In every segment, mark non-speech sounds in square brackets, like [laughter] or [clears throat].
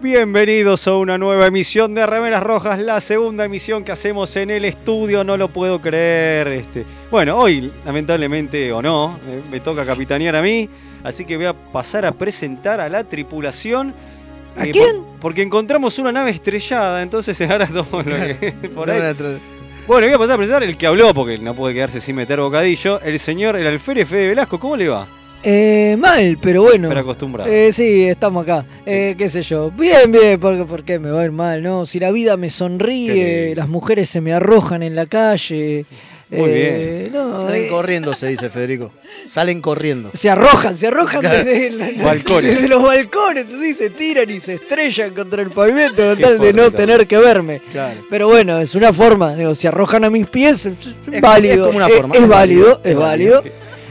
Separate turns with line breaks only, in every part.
Bienvenidos a una nueva emisión de Remeras Rojas, la segunda emisión que hacemos en el estudio, no lo puedo creer. Este, bueno, hoy, lamentablemente o no, eh, me toca capitanear a mí, así que voy a pasar a presentar a la tripulación. eh,
¿A
por-
quién?
porque encontramos una nave estrellada, entonces [laughs] ahora tomo lo
[laughs]
que- por ahí.
No, no, no.
Bueno, voy a pasar a presentar el que habló, porque no puede quedarse sin meter bocadillo, el señor, el alférez Fede Velasco, ¿cómo le va?
Eh, mal, pero bueno.
Pero acostumbrado.
Eh, sí, estamos acá. Eh, ¿Qué sé yo? Bien, bien, porque ¿por qué me va a ir mal? No, si la vida me
Qué
sonríe,
lindo.
las mujeres se me arrojan en la calle.
Muy
eh, no,
Salen
eh,
corriendo, se dice Federico. Salen corriendo.
se arrojan, se arrojan [laughs] desde, la-
Balcones.
desde los balcones, así se tiran y se estrellan contra el pavimento con
Qué
tal de no
fuerte.
tener que verme.
Claro.
Pero bueno, es una forma, digo, se arrojan a mis pies, es
es
válido.
como una
eh,
forma,
es
es válido,
válido, es
es
válido.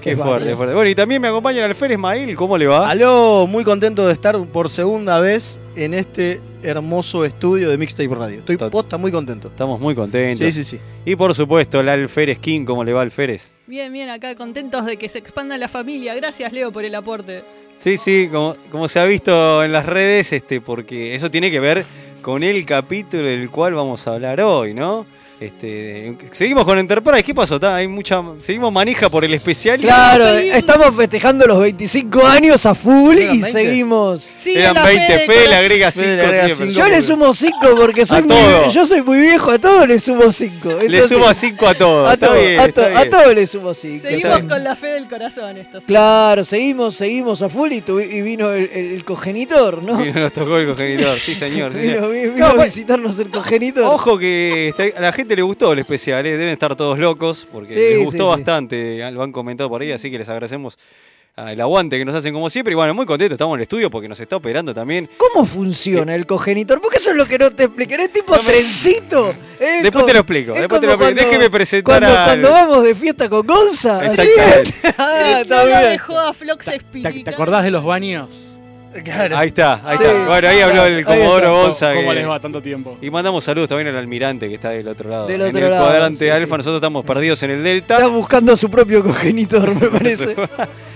Qué
es
fuerte,
válido.
fuerte. Bueno, y también me acompaña el alférez Mail, ¿cómo le va?
Aló, muy contento de estar por segunda vez en este hermoso estudio de Mixtape Radio. Estoy
Tot-
posta muy contento.
Estamos muy contentos.
Sí, sí, sí.
Y por supuesto, el alférez King, ¿cómo le va alférez?
Bien, bien, acá contentos de que se expanda la familia. Gracias, Leo, por el aporte.
Sí, sí, como, como se ha visto en las redes, este, porque eso tiene que ver con el capítulo del cual vamos a hablar hoy, ¿no? Este, seguimos con Enterprise, ¿qué pasó? Está, hay mucha, seguimos manija por el especial.
Claro,
Sí.
estamos festejando los 25 años a full
Eran
y
20.
seguimos.
Sí,
Eran 20 fe, le agrega
Fede
5.
le agrega cinco.
Yo le sumo 5 porque soy muy,
todo.
yo soy muy viejo, a todos le sumo 5.
Le sumo 5 a todos.
a
está
todo,
bien,
a,
está
to- a
bien.
todos le sumo 5.
Seguimos con la fe del corazón esto.
Claro, seguimos, seguimos a full y, tuvi- y vino el, el- el cogenitor, ¿no?
Vino, nos tocó el congenitor, sí señor. sí, señor.
[laughs] Vino, vino
No,
a
pues-
visitarnos el cogenitor.
Ojo que está- a la gente le gustó el especial, ¿eh? deben estar todos locos, porque
Sí,
les
sí,
gustó
sí.
bastante, ¿eh? lo han comentado por ahí, así que les agradecemos ah, el aguante que nos hacen como siempre. Y bueno, muy contentos, estamos en el estudio porque nos está operando también.
¿Cómo funciona el cogenitor? Porque eso es lo que no te expliqué. ¿no? Es tipo trencito. Es
Después
como-
te lo explico,
es
después te lo
como
explico. Déjeme presentar
cuando,
al-
cuando vamos de fiesta con Gonza. así
Exactamente.
es. Ah,
no
está
lo
bien.
dejó a Flox
¿Te,
Espirica.
te acordás de los baños?
Claro.
Ahí está, ahí
Sí.
está. Bueno, ahí habló el
Ahí
Comodoro
está.
Gonza.
¿Cómo
que-
les va tanto tiempo?
Y mandamos saludos también al almirante que está del otro lado.
Del
en
otro
el
lado,
cuadrante
sí,
alfa,
sí.
nosotros estamos perdidos en el delta.
Está buscando a su propio cogenitor, me parece.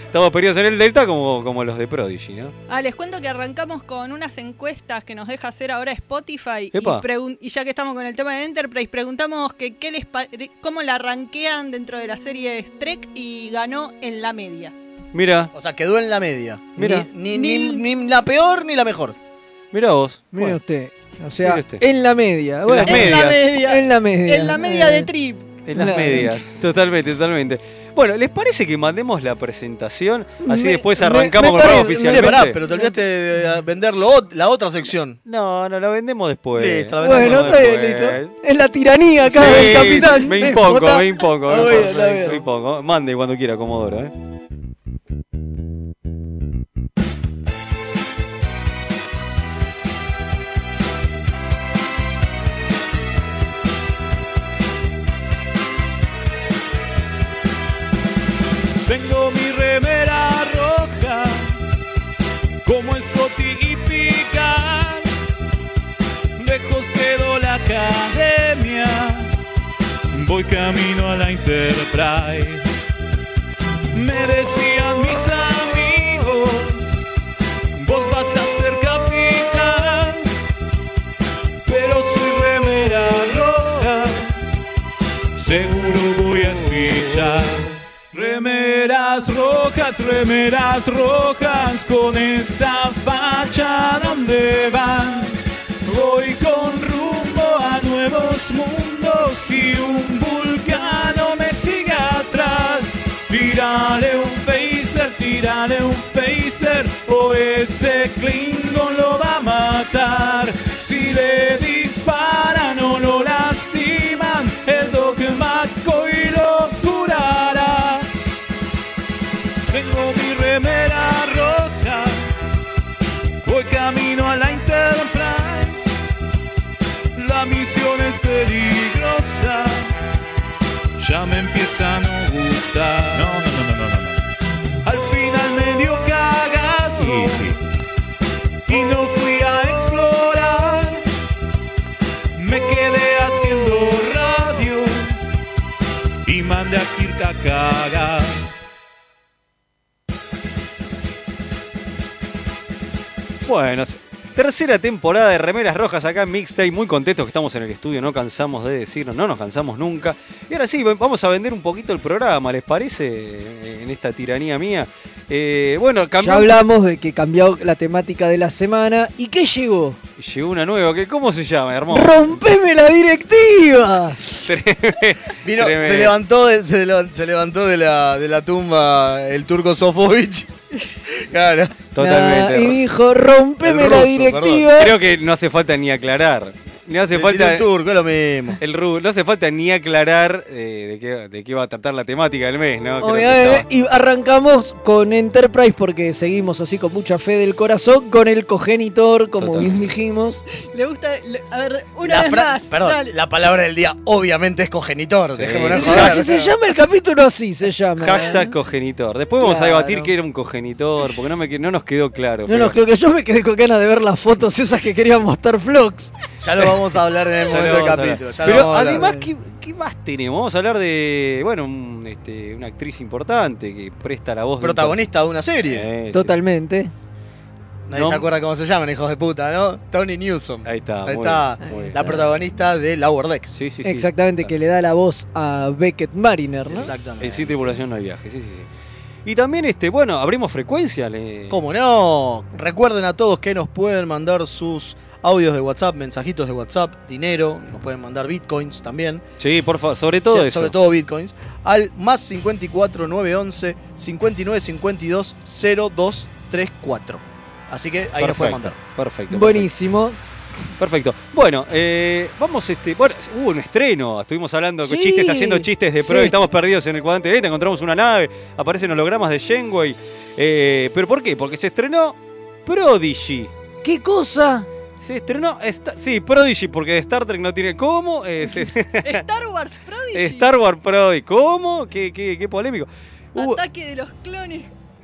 Estamos perdidos en el delta como, como los de Prodigy, ¿no?
Ah, les cuento que arrancamos con unas encuestas que nos deja hacer ahora Spotify. Y,
Epa.
pregun- y ya que estamos con el tema de Enterprise, preguntamos que qué les pa- cómo la rankean dentro de la serie Trek y ganó en la media.
Mira,
O sea, quedó en la media.
Mira.
Ni, ni- ni- ni la peor ni la mejor.
mira vos.
Mire
Bueno,
usted. O sea,
Mire usted.
en la media.
las
Bueno,
medias.
En la media.
en la media.
En la media de
[laughs]
Eh,
Trip.
En las
Claro.
medias, totalmente, totalmente. Bueno, ¿les parece que mandemos la presentación? Así
Me-
después
me-
arrancamos
me
con Rob
parece-
Che,
oficialmente.
pará, pero te olvidaste de vender lo ot- la otra sección.
No, no, la vendemos después.
Listo, la vendemos
Bueno,
Vendemos
está bien,
después.
listo. Es la tiranía acá
Sí,
del capitán.
Me
¿Ves?
impongo,
Botá.
me impongo.
Está
me
bien,
impongo,
está
me
bien.
impongo. Mande cuando quiera, Comodoro. ¿eh?
Tengo mi remera roja, como Scotty y Picard. Lejos quedó la academia, voy camino a la Enterprise. Me decían mis amigos, vos vas a ser capitán, pero soy remera roja, seguro voy a escuchar. Remeras rojas, remeras rojas, con esa facha donde van. Voy con rumbo a nuevos mundos y un vulcano me sigue atrás. Tírale un phaser, tírale un phaser, o ese Klingon lo va a matar. Si le disparan o lo lastiman, el dogmaco y lo curará. Tengo mi remera roja, voy camino a la Enterprise. La misión es peligrosa, ya me empieza a no gustar. No, no, no, no, no, Al final me dio cagazo y no fui a explorar. Me quedé haciendo radio y mandé a Kirk a cagar.
Bueno, se- Tercera temporada de Remeras Rojas acá en Mixtape. Muy contentos que estamos en el estudio, no cansamos de decirlo, no nos cansamos nunca. Y ahora sí, vamos a vender un poquito el programa, ¿les parece? En esta tiranía mía. Eh, bueno,
Ya
cambió.
hablamos de que cambió la temática de la semana. ¿Y qué llegó?
Llegó una nueva, que ¿cómo se llama, hermoso?
¡Rompeme la directiva!
Vino, se
Tremendo.
levantó, de, se levan- se levantó de, la, de la tumba el turco Sofovich. claro.
Nah, y
Totalmente.
dijo, rompeme
El
la
ruso,
directiva.
Creo que no hace falta ni aclarar. No hace
Se
falta.
El turco, es lo mismo.
El Ru, no hace falta ni aclarar eh, de, qué, de qué va a tratar la temática del mes, ¿no? Creo que
Obviamente,
está-
eh, y arrancamos con Enterprise porque seguimos así con mucha fe del corazón, con el cogenitor, como
Total.
bien dijimos.
Le gusta. le- a ver, una
La
vez
fra-
más.
Perdón,
dale.
la palabra del día obviamente es cogenitor.
Sí.
Dejémonos
[laughs] No,
Y
joder.
se, se llama el capítulo así, se llama.
Hashtag cogenitor. Después vamos
eh.
a
Claro.
debatir qué era un cogenitor, porque no, me, que- no nos quedó claro.
No, no,
pero-
creo que yo me quedé con ganas de ver las fotos esas que quería mostrar Flox.
Ya lo vamos a hablar en el
Ya
momento
lo
del
vamos a hablar.
capítulo. ya lo
Pero
vamos a hablar.
además, ¿qué, qué más tenemos? Vamos a hablar de, bueno, un, este, una actriz importante que presta la voz. de un
protagonista de una
pers-
serie.
Eh, sí.
Totalmente.
Nadie
No.
se acuerda cómo se llaman, hijos de puta, ¿no? Tony Newsom.
Ahí está.
Ahí
muy
está.
bien, muy bien.
La protagonista de Lower Decks.
Sí, sí, sí.
Exactamente, que le da la voz a Beckett Mariner, ¿no?
Exactamente.
En sin tripulación no hay viaje, sí, sí, sí. Y también, este, bueno, abrimos frecuencia. le-
Como no? Recuerden a todos que nos pueden mandar sus audios de WhatsApp, mensajitos de WhatsApp, dinero, nos pueden mandar bitcoins también,
Sí, por favor, sobre todo
Sí,
eso.
sobre todo bitcoins, al más 54 911 59 52 0234. Así que ahí nos pueden mandar.
perfecto, perfecto.
Buenísimo.
Perfecto. Bueno, eh, vamos, este, bueno, hubo un estreno, estuvimos hablando con
Sí,
chistes, haciendo chistes de pro,
sí.
estamos perdidos en el cuadrante derecho, encontramos una nave, aparecen hologramas de Shenway. Eh, ¿Pero por qué? Porque se estrenó Prodigy.
¿Qué cosa?
Se estrenó, Sta- sí, Prodigy, porque de Star Trek no tiene cómo,
[laughs]
eh, se- [laughs]
Star Wars Prodigy.
Star Wars Prodigy, ¿cómo? Qué, qué, qué polémico.
Ah,
Hubo-
Ataque de los clones.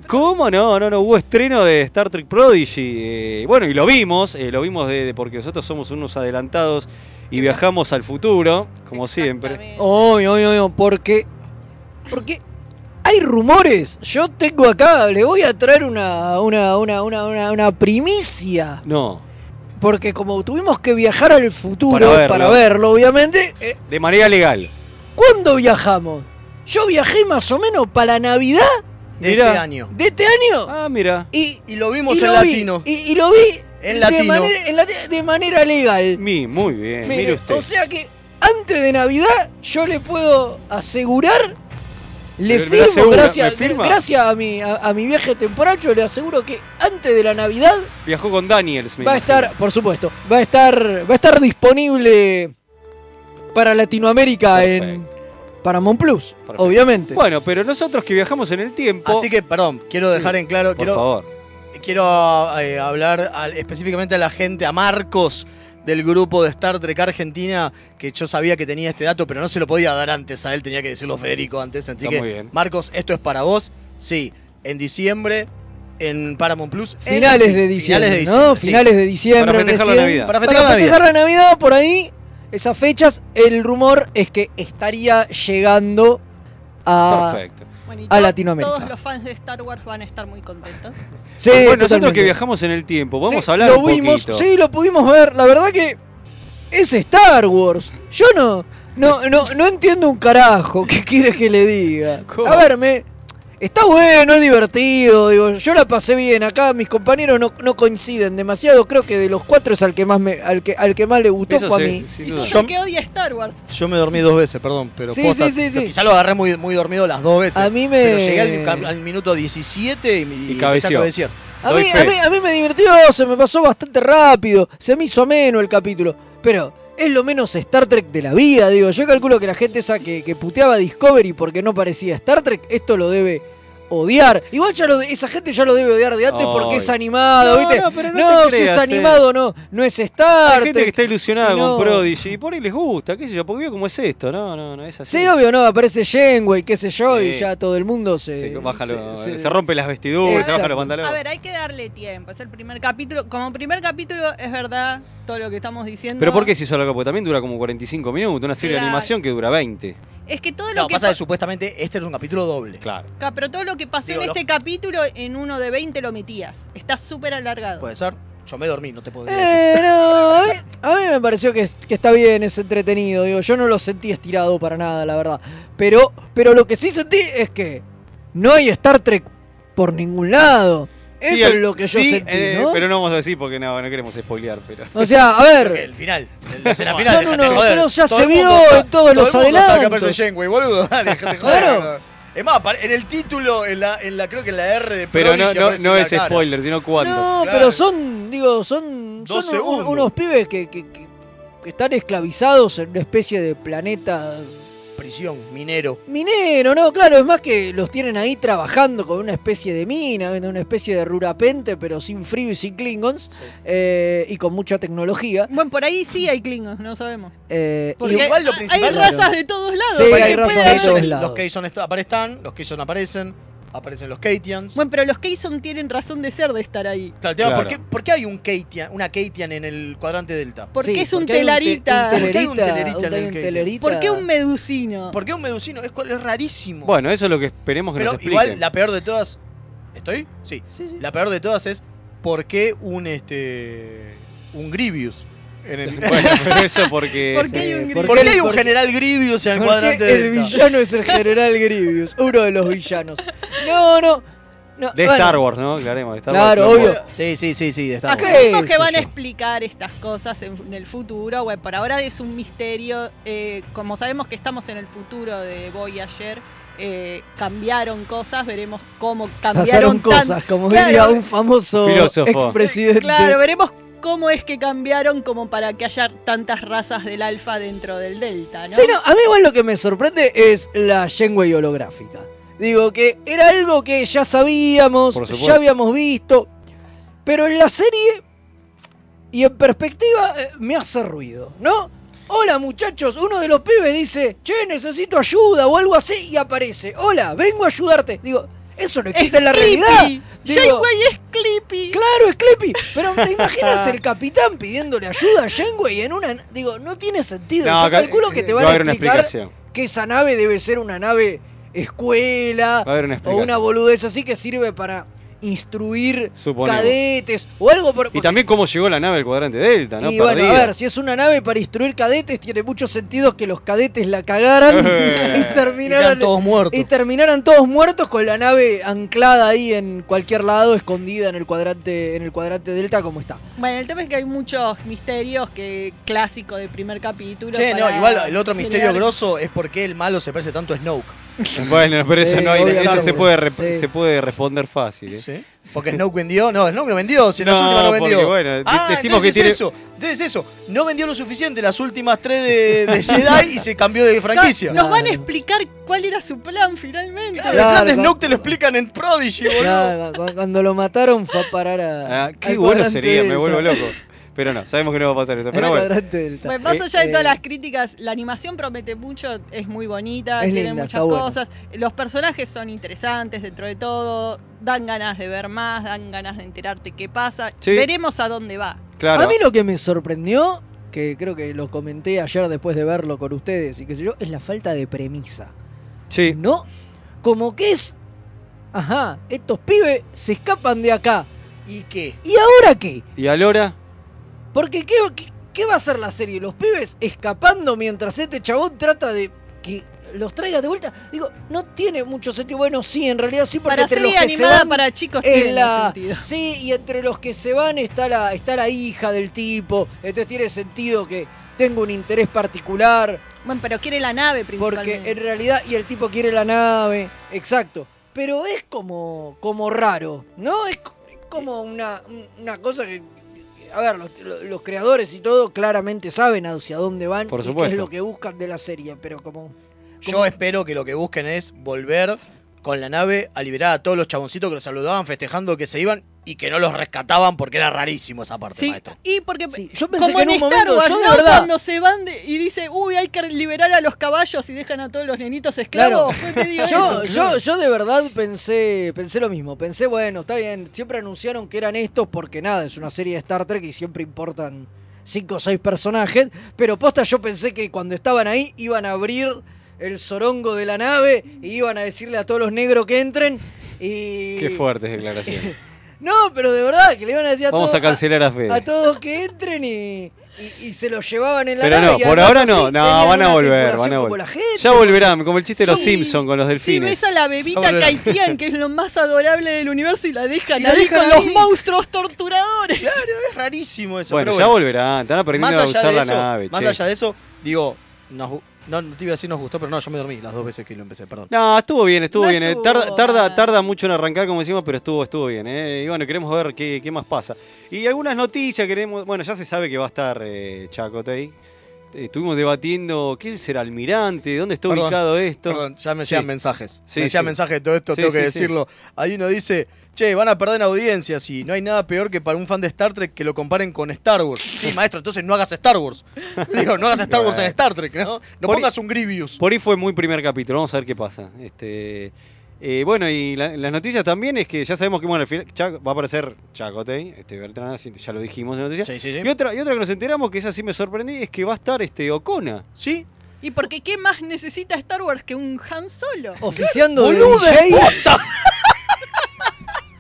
¿Cómo no? No, no hubo estreno de Star Trek Prodigy. eh, bueno, y lo vimos, eh, lo vimos de, de- porque nosotros somos unos adelantados y viajamos al futuro, como siempre.
Exactamente.
Oy, oy, oy, oy, porque. Porque hay rumores. Yo tengo acá, le voy a traer una, una, una, una, una, una primicia.
No,
Porque como tuvimos que viajar al futuro
Para
para
verlo.
verlo, obviamente, eh,
de manera legal.
¿cuándo viajamos? Yo viajé más o menos para la Navidad
De
Mirá.
este año.
de este año
Ah, mira.
y,
Y lo vimos
y
en
lo vi,
latino.
y, y lo vi
En
de,
latino.
Manera, en lati- de manera legal.
Mi, muy bien. Mire,
Mire,
usted.
o sea que antes de Navidad yo le puedo asegurar, le
Pero me
firmo,
asegura,
gracias,
¿me firma?
gracias a, mi, a, a mi viaje temporal, yo le aseguro que antes de la Navidad
Viajó con Daniels. me
va a
imagino.
estar, por supuesto, va a estar, va a estar disponible para Latinoamérica en Paramount Plus,
Perfecto.
obviamente.
Bueno, pero nosotros que viajamos en el tiempo.
Así que, perdón, quiero dejar en claro,
Por
quiero,
favor.
Quiero eh, hablar al- específicamente a la gente, a Marcos del grupo de Star Trek Argentina, que yo sabía que tenía este dato, pero no se lo podía dar antes a él, tenía que decirlo Federico antes. Así
Está
que,
muy bien.
Marcos, esto es para vos. Sí, en diciembre, en Paramount Plus. en-
finales de diciembre,
Finales
¿no?
de diciembre. sí.
Finales de diciembre.
Para festejar la
recién.
Navidad.
Para
Para
festejar
festejar,
la
la Navidad, por ahí, esas fechas, el rumor es que estaría llegando a...
Perfecto.
Bueno, y
a
to-
Latinoamérica.
Todos los fans de Star Wars van a estar muy contentos.
Sí,
bueno, nosotros
totalmente.
que viajamos en el tiempo, vamos
Sí,
a hablar
lo
un
vimos,
poquito.
Sí, lo pudimos ver. La verdad que es Star Wars. Yo no, no, no, no entiendo un carajo. ¿Qué quieres que le diga?
¿Cómo?
A ver, me, está bueno, es divertido. Digo, yo la pasé bien. Acá mis compañeros no, no coinciden demasiado. Creo que de los cuatro es al que más me, al que, al que más le gustó
Eso
fue
se-
a mí.
sin
Y
duda.
sos
Yo-
el que odia Star Wars.
Yo me dormí dos veces, perdón, pero
Sí,
posta,
sí, sí, sí.
quizá lo agarré muy, muy dormido las dos veces.
A mí me-
Pero llegué al, cam- al minuto 17 y, me- y empecé a
cabeció.
cabecear.
A
Doy
mí,
fe.
a, mí, a mí me divirtió, se me pasó bastante rápido, se me hizo ameno el capítulo. Pero es lo menos Star Trek de la vida, digo. Yo calculo que la gente esa que, que puteaba Discovery porque no parecía Star Trek, esto lo debe odiar. Igual ya lo de- esa gente ya lo debe odiar de antes porque
Ay.
es animado,
No,
¿viste?
no, pero no te
si
creas,
es
eh.
animado no, no es Star
Hay gente
Trek.
que está ilusionada
Si no-
con Prodigy y por ahí les gusta, qué sé yo, porque vio cómo es esto, no, no, no es así.
Sí, obvio, no, aparece Genway, qué sé yo, y
Sí.
ya todo el mundo se...
Sí, baja lo-
se- se-
se rompe las vestiduras, se
Exacto.
bajan los
A
pantalones.
ver, hay que darle tiempo. Es el primer capítulo. Como primer capítulo, es verdad todo lo que estamos diciendo.
Pero ¿por qué se hizo la Porque También dura como 45 minutos, una serie de
Claro.
animación que dura 20.
Es que todo lo
No,
que
pasa que
pa-
supuestamente este es un capítulo doble.
Claro.
Ca- Pero todo lo que pasó
Digo,
en
lo-
este capítulo en uno de 20 lo metías. Está súper alargado.
Pues- ¿Puede ser? Yo me dormí, no te podría decir.
Eh, no, a mí, a mí me pareció que, es- que está bien, es entretenido. Digo, yo no lo sentí estirado para nada, la verdad. Pero, pero lo que sí sentí es que no hay Star Trek por ningún lado. Eso
Sí,
es
el-
lo que yo
sí,
sentí,
eh,
¿no?
Pero no vamos a decir porque no, no queremos spoilear, pero.
O sea, a
Creo que
ver,
el final, el-
[laughs]
la escena
Son
final. déjate
unos-
joder.
pero ya
Todo
se
el mundo
vio
sabe-
en todos los
Todo el mundo sabe que
adelantos.
aparece Janeway, boludo. [laughs] Dale, déjate joder.
Claro.
boludo. Es más, apare- en el título, en la, en la, creo que en la R de
Pero no,
Prodigy
no,
aparece
no
la
es
cara.
spoiler, sino cuánto.
no,
Claro.
pero son, digo, son,
Dos
son un-
segundos.
unos pibes que, que- que- que están esclavizados en una especie de planeta
Prisión, minero.
Minero, no, claro, es más que los tienen ahí trabajando con una especie de mina, ¿viste? una especie de rurapente, pero sin frío y sin klingons, eh, y con mucha tecnología.
Bueno, por ahí sí hay klingons, no sabemos.
eh,
Porque
y-
igual lo
ha- hay
principal-
razas de todos lados.
Sí,
porque
hay razas
puede
de
haber-
todos
Aparecen-
lados.
Los Keyson est- aparecen, los Keyson aparecen, aparecen los Katians.
Bueno, pero los Keyson tienen razón de ser de estar ahí.
Claro, el tema, ¿por,
Claro.
qué, por qué hay un Katian, una Katian en el cuadrante delta?
Porque
sí,
es un
porque hay te-
telarita.
un
¿Por qué hay un
telerita,
telerita
un-
en
hay
el
un
que-
telerita.
¿Por qué un meducino?
¿Por qué un meducino? Es, cual- es rarísimo.
Bueno, eso es lo que esperemos que
Pero
nos expliquen.
igual la peor de todas. ¿Estoy? Sí.
Sí, sí.
La peor de todas es por qué un este. un Grievous. En el,
Bueno, pero eso
[laughs]
porque.
¿Por qué hay un gris?
¿Por qué hay un general Grievous en el
¿Por qué
cuadrante
el
delta?
villano es el general Grievous, uno [laughs] de los villanos. No, no. no
De
bueno,
Star Wars, ¿no? Aclaremos, de Star
Claro,
Wars.
obvio.
Sí, sí, sí, sí, está
Acá-
bueno.
Asumimos
¿Qué
que
sé
van a
yo?
explicar estas cosas en, en el futuro. Bueno, por ahora es un misterio. eh, como sabemos que estamos en el futuro de Voyager, eh, cambiaron cosas. Veremos cómo
Pasaron
cambiaron tan-
cosas, como
Claro.
diría un famoso
Filósofo.
expresidente.
Claro, veremos cómo es que cambiaron como para que haya tantas razas del alfa dentro del delta, ¿no?
Sí, no, a mí igual lo que me sorprende es la Shenway holográfica. Digo que era algo que ya sabíamos,
Por supuesto.
ya habíamos visto, pero en la serie y en perspectiva eh, me hace ruido, ¿no? Hola muchachos, uno de los pibes dice, che, necesito ayuda o algo así y aparece, hola, vengo a ayudarte. Digo, eso no existe en la
Clippy.
realidad. Digo,
Janeway es Clippy.
Claro, es Clepi, pero te imaginas el capitán pidiéndole ayuda a Janeway en una... Digo, no tiene sentido.
No,
Yo
acá-
calculo que te van
va a
a
haber una
explicar
explicación.
que esa nave debe ser una nave escuela
Va a haber una
o
explicación.
una boludez así que sirve para instruir
Suponemos.
cadetes o algo por...
Y también cómo llegó la nave al cuadrante delta, Ah, ¿no?
Y bueno, a
Perdida.
ver, si es una nave para instruir cadetes, tiene mucho sentido que los cadetes
[laughs]
la cagaran
Eh.
y
Y quedan
terminaran...
todos muertos.
Y terminaran todos muertos con la nave anclada ahí en cualquier lado, escondida en el cuadrante, en el cuadrante delta como está.
Bueno, el tema es que hay muchos misterios que clásico del primer capítulo.
Che, no,
para
igual el otro misterio
generar-
grosso es por qué el malo se parece tanto a Snoke.
Bueno, pero eso
Sí,
no hay.
obvio,
Eso
claro,
se puede, re-
sí.
se puede responder fácil. ¿eh?
¿Sí? Porque Snoke vendió. No, Snoke no vendió, si en las
No,
últimas no vendió.
porque, bueno, de-
ah,
decimos
entonces
que tiene-
es eso. Entonces es eso. No vendió lo suficiente las últimas tres de, de Jedi y se cambió de franquicia.
Nos van a
Claro.
explicar cuál era su plan finalmente.
Claro,
Claro,
el plan de
con-
Snoke te lo explican en Prodigy, boludo.
Claro, cu- cuando lo mataron fue a parar a.
Ah, qué
al
bueno
cuadrante
sería, me
delta.
vuelvo
[laughs]
loco. Pero no, sabemos que no va a pasar eso.
Al
Pero bueno.
cuadrante delta.
Pues más
Eh,
allá de todas
eh,
las críticas, la animación promete mucho, es muy bonita,
Es
tiene
linda,
muchas
está buena.
cosas, los personajes son interesantes dentro de todo, dan ganas de ver más, dan ganas de enterarte qué pasa,
Sí.
veremos a dónde va.
Claro.
A mí lo que me sorprendió, que creo que lo comenté ayer después de verlo con ustedes y qué sé yo, es la falta de premisa.
Sí.
¿No? Como que es. Ajá, estos pibes se escapan de acá.
¿Y qué?
¿Y ahora qué?
¿Y a Lora?
Porque ¿qué, qué, qué va a hacer la serie? ¿Los pibes escapando mientras este chabón trata de que los traiga de vuelta? Digo, no tirie mucho sentido. Bueno, sí, en realidad sí, porque
Para
entre los
serie
que se
animada
van
para chicos
es
tiene
la-
sentido.
Sí, y entre los que se van está la, está la hija del tipo. Entonces tiene sentido que tenga un interés particular.
Bueno, pero quiere la nave principalmente.
Porque en realidad, y el tipo quiere la nave, exacto. Pero es como, como raro, ¿no? Es co- como una, una cosa que, a ver, los, lo- los creadores y todo claramente saben hacia dónde van
Por
y qué
supuesto.
es lo que buscan de la serie, pero como...
Yo espero que lo que busquen es volver con la nave a liberar a todos los chaboncitos que los saludaban festejando que se iban y que no los rescataban porque era rarísimo esa parte,
Sí,
maestro.
y porque
Sí, yo pensé
como
que en
en,
un
Star
momento,
Wars,
yo de
¿no?
verdad-
cuando se van de- y dice, uy, hay que liberar a los caballos y dejan a todos los nenitos esclavos, fue medio
Yo,
eso.
yo, yo de verdad pensé, pensé lo mismo. Pensé, bueno, está bien, siempre anunciaron que eran estos porque nada, es una serie de Star Trek y siempre importan cinco o seis personajes. Pero posta, yo pensé que cuando estaban ahí iban a abrir el sorongo de la nave y iban a decirle a todos los negros que entren. Y
Qué fuertes declaraciones.
No, pero de verdad, que le iban a decir [laughs] a
Vamos
todos.
a cancelar a Fede.
a todos que entren y, y, y se los llevaban en la
Pero
nave
no,
y
por
además
ahora
así
no. No,
tenían
van a
una
volver,
tripulación
van a
como
volver.
la gente.
Ya volverán, como el chiste de los
Sí.
Simpsons con los
Si
delfines.
ves a la bebita
Vamos a ver.
Caitian, que es lo más adorable del universo, y la dejan
Y la
ahí
dejan
con
ahí.
los monstruos torturadores.
Claro, es rarísimo eso.
bueno,
pero
ya volverán, están
Más
aprendiendo a
allá,
usar
de
la
eso,
nave.
más
che.
allá de eso, digo, nos gu- no, no te iba a decir nos gustó, pero no, yo me dormí las dos veces que lo empecé, perdón.
No, estuvo bien, estuvo
No
bien. eh.
estuvo
tarda, tarda,
mal.
tarda mucho en arrancar, como decimos, pero estuvo, estuvo bien. eh. Y bueno, queremos ver qué, qué más pasa. Y algunas noticias queremos. Bueno, ya se sabe que va a estar eh, Chacote ahí. Eh, Estuvimos debatiendo quién será almirante, dónde está
Perdón,
ubicado esto.
Perdón, ya me
Sí.
llegan mensajes.
Sí,
me llegan
sí.
mensajes de todo esto,
Sí,
tengo que
sí, sí.
decirlo. Ahí uno dice, che, van a perder en audiencia si no hay nada peor que para un fan de Star Trek que lo comparen con Star Wars.
[laughs]
Sí, maestro, entonces no hagas Star Wars. Digo, no hagas Star Wars en Star Trek, ¿no? No
Por-
pongas un Grievous.
Por ahí fue muy primer capítulo, vamos a ver qué pasa. Este, eh, bueno, y la- las noticias también es que ya sabemos que bueno, al final Chac- va a aparecer Chacotey, este Bertrand, así- ya lo dijimos en la noticia.
Sí, sí, sí.
Y otra, y otra que nos enteramos, que esa sí me sorprendí, es que va a estar este Ocona.
Sí,
Y porque ¿qué más necesita Star Wars que un Han Solo?
Oh. Oficiando
¡Boludo
de
de
DJ.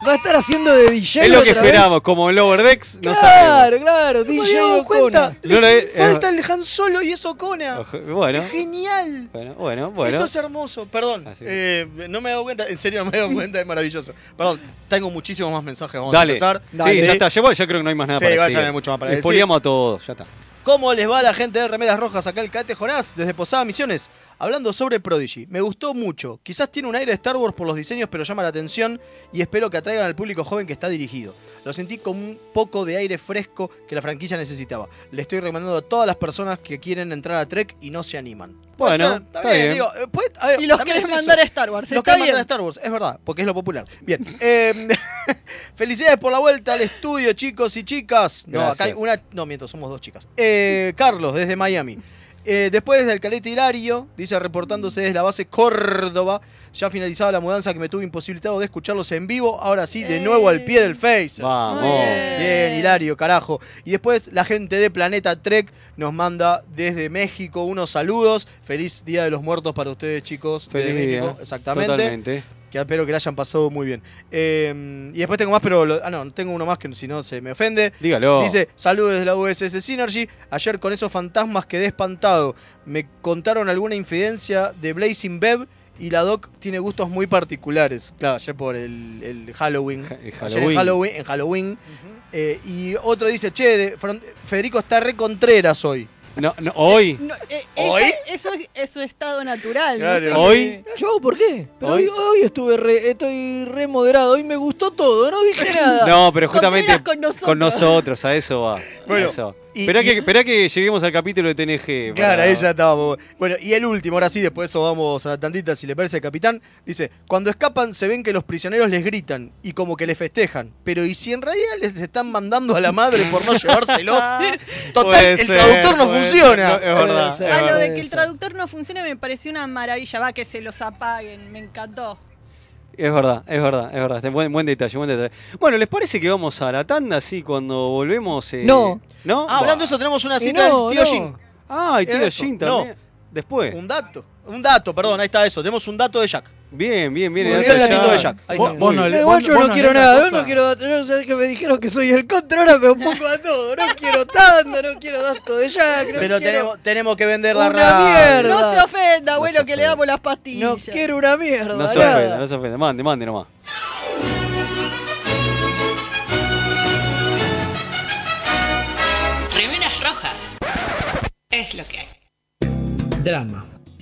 Va a estar haciendo de DJ.
es lo que
otra vez.
esperamos, como en Lower Decks, no sabemos.
Claro, claro,
no me
DJ
había dado cuenta.
Ocona.
No
Le-
lo he-
falta el Han Solo y eso Cona.
Ojo, Bueno,
Es genial.
bueno, bueno, bueno.
Esto es hermoso, perdón.
Así
eh, no me he dado cuenta, en serio no me he dado cuenta, es maravilloso. Perdón, tengo muchísimos más mensajes, vamos a
Dale.
empezar.
Sí, ya está. Ya, bueno, ya creo que no hay más nada
Sí,
para
vaya,
decir.
no hay mucho más para
Les
decir.
poliamos a todos, ya está.
¿Cómo les va a la gente de Remeras Rojas acá el Cate Jonás desde Posada Misiones? Hablando sobre Prodigy, me gustó mucho. Quizás tiene un aire de Star Wars por los diseños, pero llama la atención y espero que atraigan al público joven que está dirigido. Lo sentí como un poco de aire fresco que la franquicia necesitaba. Le estoy recomendando a todas las personas que quieren entrar a Trek y no se animan. Puede
Bueno,
ser,
está bien.
digo, eh, puede- a ver,
Y los
también
querés
es eso.
mandar a Star Wars.
Los que
Está
mandan a
bien.
Star Wars, es verdad, porque es lo popular. Bien, [laughs] eh, felicidades por la vuelta al estudio, chicos y chicas. No,
Gracias.
acá hay una. No, miento, somos dos chicas. Eh, Carlos, desde Miami. Eh, después del Calete Hilario, dice reportándose desde la base Córdoba. Ya finalizada la mudanza que me tuve imposibilitado de escucharlos en vivo. Ahora sí, de nuevo al pie del Face.
Muy
Vamos.
bien.
Bien, Hilario, carajo. Y después la gente de Planeta Trek nos manda desde México unos saludos. Feliz Día de los Muertos para ustedes, chicos. de
Feliz día.
México, Exactamente.
Totalmente.
Que espero que la hayan pasado muy bien. Eh, y después tengo más, pero. lo- ah, no, tengo uno más que si no se me ofende.
Dígalo.
Dice, saludos desde la USS Synergy. Ayer con esos fantasmas quedé espantado. Me contaron alguna infidencia de Blazing Bev y la Doc tiene gustos muy particulares. Claro, ayer por el, el Halloween.
Ja- [laughs] el
Ayer en
Halloween.
Halloween. en Halloween. Eh, y otro dice, che, de- Fran- Federico está re Contreras hoy.
No, no, hoy.
No, eh,
¿Hoy?
esa- Eso, es- es su estado natural. no
Claro.
sé
Hoy.
Yo, ¿por qué? Pero
Hoy-
hoy, hoy estuve re- estoy re moderado, hoy me gustó todo, no
[laughs]
dije nada.
No, pero justamente
Contreras con nosotros.
con nosotros, a eso va.
Bueno,
a eso.
y-
Esperá,
y-
que, esperá que lleguemos al capítulo de TNG.
Claro,
para-
ahí ya estábamos. Bueno, y el último, ahora sí, después de eso vamos a tantita, si le parece al capitán. Dice, cuando escapan se ven que los prisioneros les gritan y como que les festejan. Pero ¿y si en realidad les están mandando a la madre por no
[laughs]
llevárselos? Total,
Puede
el
ser,
traductor no
puede ser,
funciona. Eh,
no, es verdad.
ser.
es
A lo
verdad.
de que el
Eso.
traductor no funcione me pareció una maravilla. Va, que se los apaguen. Me encantó.
Es verdad, es verdad, es verdad. Este, Buen, buen detalle, buen detalle. Bueno, ¿les parece que vamos a la tanda así cuando volvemos? eh,
No.
¿No?
Ah, hablando de eso, tenemos una
Y
cita
no,
del tío
no.
Jin.
Ah, y tío
Eso,
Jin
no.
también. Después.
Un dato. Un dato, perdón, ahí está eso. Tenemos un dato de Jack.
Bien, bien, bien.
Muy
el
bien,
dato
el gatito de Jack. Ahí
Vos-
está.
vos
Muy
no
bien.
le-
Eh,
vos-
guacho,
vos
no
no
quiero
lees la
nada, yo
cosa.
no quiero datos, yo sé que me dijeron que soy el contra, ahora me opongo a todo, [laughs] no quiero tanto, no quiero datos de Jack, no
Pero
quiero...
tenemos, tenemos que vender la
una
radio.
mierda.
No se ofenda, abuelo,
se
que
ofenda.
le damos las pastillas.
No quiero una mierda,
No se
nada.
ofenda, no se ofenda. Mande, mande nomás.
Remeras rojas. Es lo que hay.
Drama.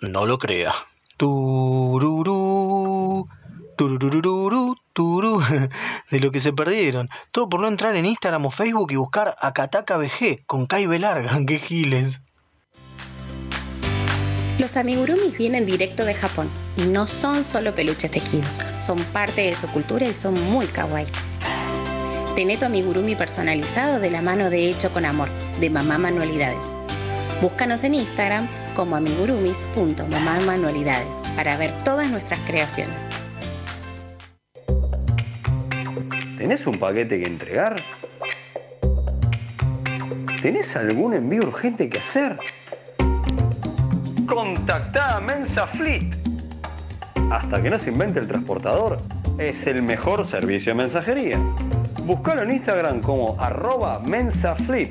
no lo crea. Tururú, tururururú, turú, [laughs] de lo que se perdieron. Todo por no entrar en Instagram o Facebook y buscar a Kataka BG con Caibe Larga. [laughs] ¡Qué giles!
Los amigurumis vienen directo de Japón y no son solo peluches tejidos, son parte de su cultura y son muy kawaii. Tené tu amigurumi personalizado de la mano de Hecho con Amor, de Mamá Manualidades. Búscanos en Instagram como amigurumis.mamamanualidades para ver todas nuestras creaciones.
¿Tenés un paquete que entregar? ¿Tenés algún envío urgente que hacer? Contactá a Mensa Fleet. Hasta que no se invente el transportador, es el mejor servicio de mensajería. Buscalo en Instagram como arroba mensafleet.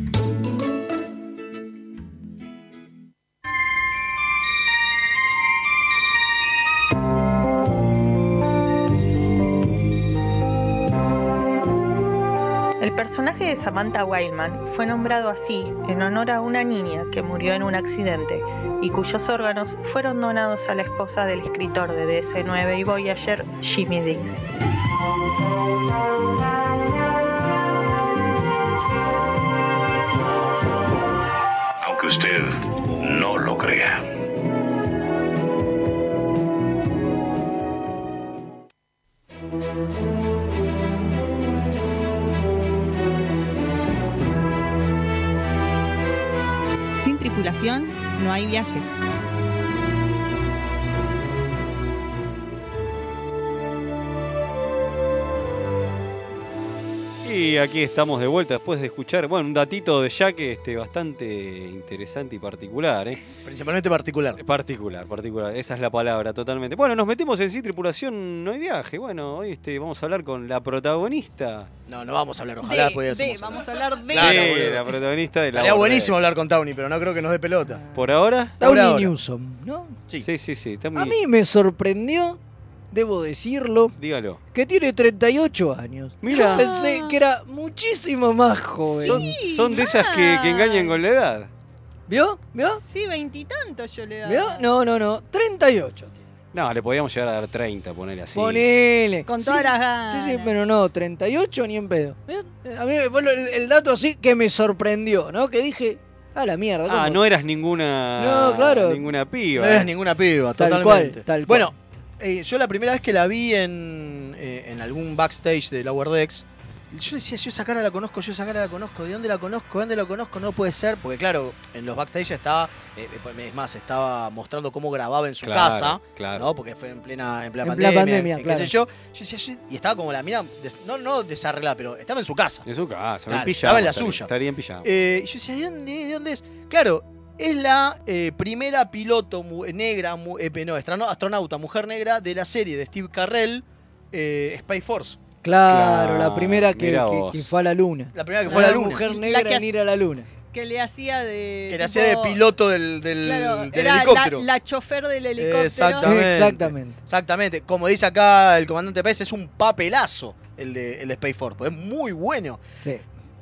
El personaje de Samantha Wildman fue nombrado así en honor a una niña que murió en un accidente y cuyos órganos fueron donados a la esposa del escritor de DS9 y Voyager, Jimmy Dix.
aunque usted no lo crea.
Sin tripulación no hay viaje.
Y aquí estamos de vuelta después de escuchar, bueno, un datito de Jack este, bastante interesante y particular. ¿eh?
Principalmente particular.
Particular, particular. Esa es la palabra, totalmente. Bueno, nos metemos en sí, tripulación, no hay viaje. Bueno, hoy este, vamos a hablar con la protagonista.
No, no vamos a hablar, ojalá
de,
pudiésemos.
vamos a hablar de...
Claro,
Sí,
boludo.
la protagonista de la
Estaría
obra.
buenísimo hablar con Tawny, pero no creo que nos dé pelota.
¿Por ahora?
Por ahora.
Tawny Newsom, ¿no?
Sí, sí, sí. está muy-
A mí me sorprendió, debo decirlo,
Dígalo.
que tiene 38 años.
Mira.
Yo pensé que era muchísimo más joven.
Son, son de esas que, que engañan con la edad.
¿Vio? ¿Vio?
Sí, veintitantos yo le daba.
¿Vio? No, no, no. 38.
No, le podíamos llegar a dar 30, ponele así.
Ponele.
Con todas
Sí,
las ganas.
Sí, sí, pero no, 38 ni en pedo. ¿Vio? A mí fue el, el dato así que me sorprendió, ¿no? Que dije, a la mierda.
Ah,
¿cómo?
no eras ninguna.
No, claro.
Ninguna piba.
No eras ninguna piba,
Eh, Tal
totalmente.
cual, tal cual.
Bueno, eh, yo la primera vez que la vi en, eh, en algún backstage de Lower Decks, yo decía, yo esa cara la conozco, yo esa cara la conozco, ¿de dónde la conozco? ¿De dónde la conozco? No puede ser, porque claro, en los backstage ya estaba, eh, eh, es más, estaba mostrando cómo grababa en su
Claro,
casa,
claro.
¿no? Porque fue en plena, en plena
En plena
pandemia,
pandemia,
en qué
claro.
sé yo. Yo decía, yo- y estaba como la mina, des- no, no desarreglada, pero estaba en su casa.
En su casa,
Claro,
en pijama,
estaba en la
estaría-
suya.
Estaría en pijama.
Eh, y yo decía, ¿de dónde, de dónde es? Claro, es la eh, primera piloto mu- negra, mu- eh, no, estrano- astronauta, mujer negra de la serie de Steve Carrell, eh, Space Force.
Claro,
Claro,
la primera que,
mirá
que-
vos.
que fue a la luna.
La primera que
Ah,
fue a la luna.
mujer
La
negra
que
en ir a la luna.
Que le hacía de...
Que la
tipo-
hacía de piloto del, del-
Claro,
del
era
helicóptero.
La, la chofer del helicóptero.
Exactamente.
Exactamente.
Exactamente. Como dice acá el comandante Pérez, es un papelazo el de, el de Space Force. porque Es muy bueno.
Sí.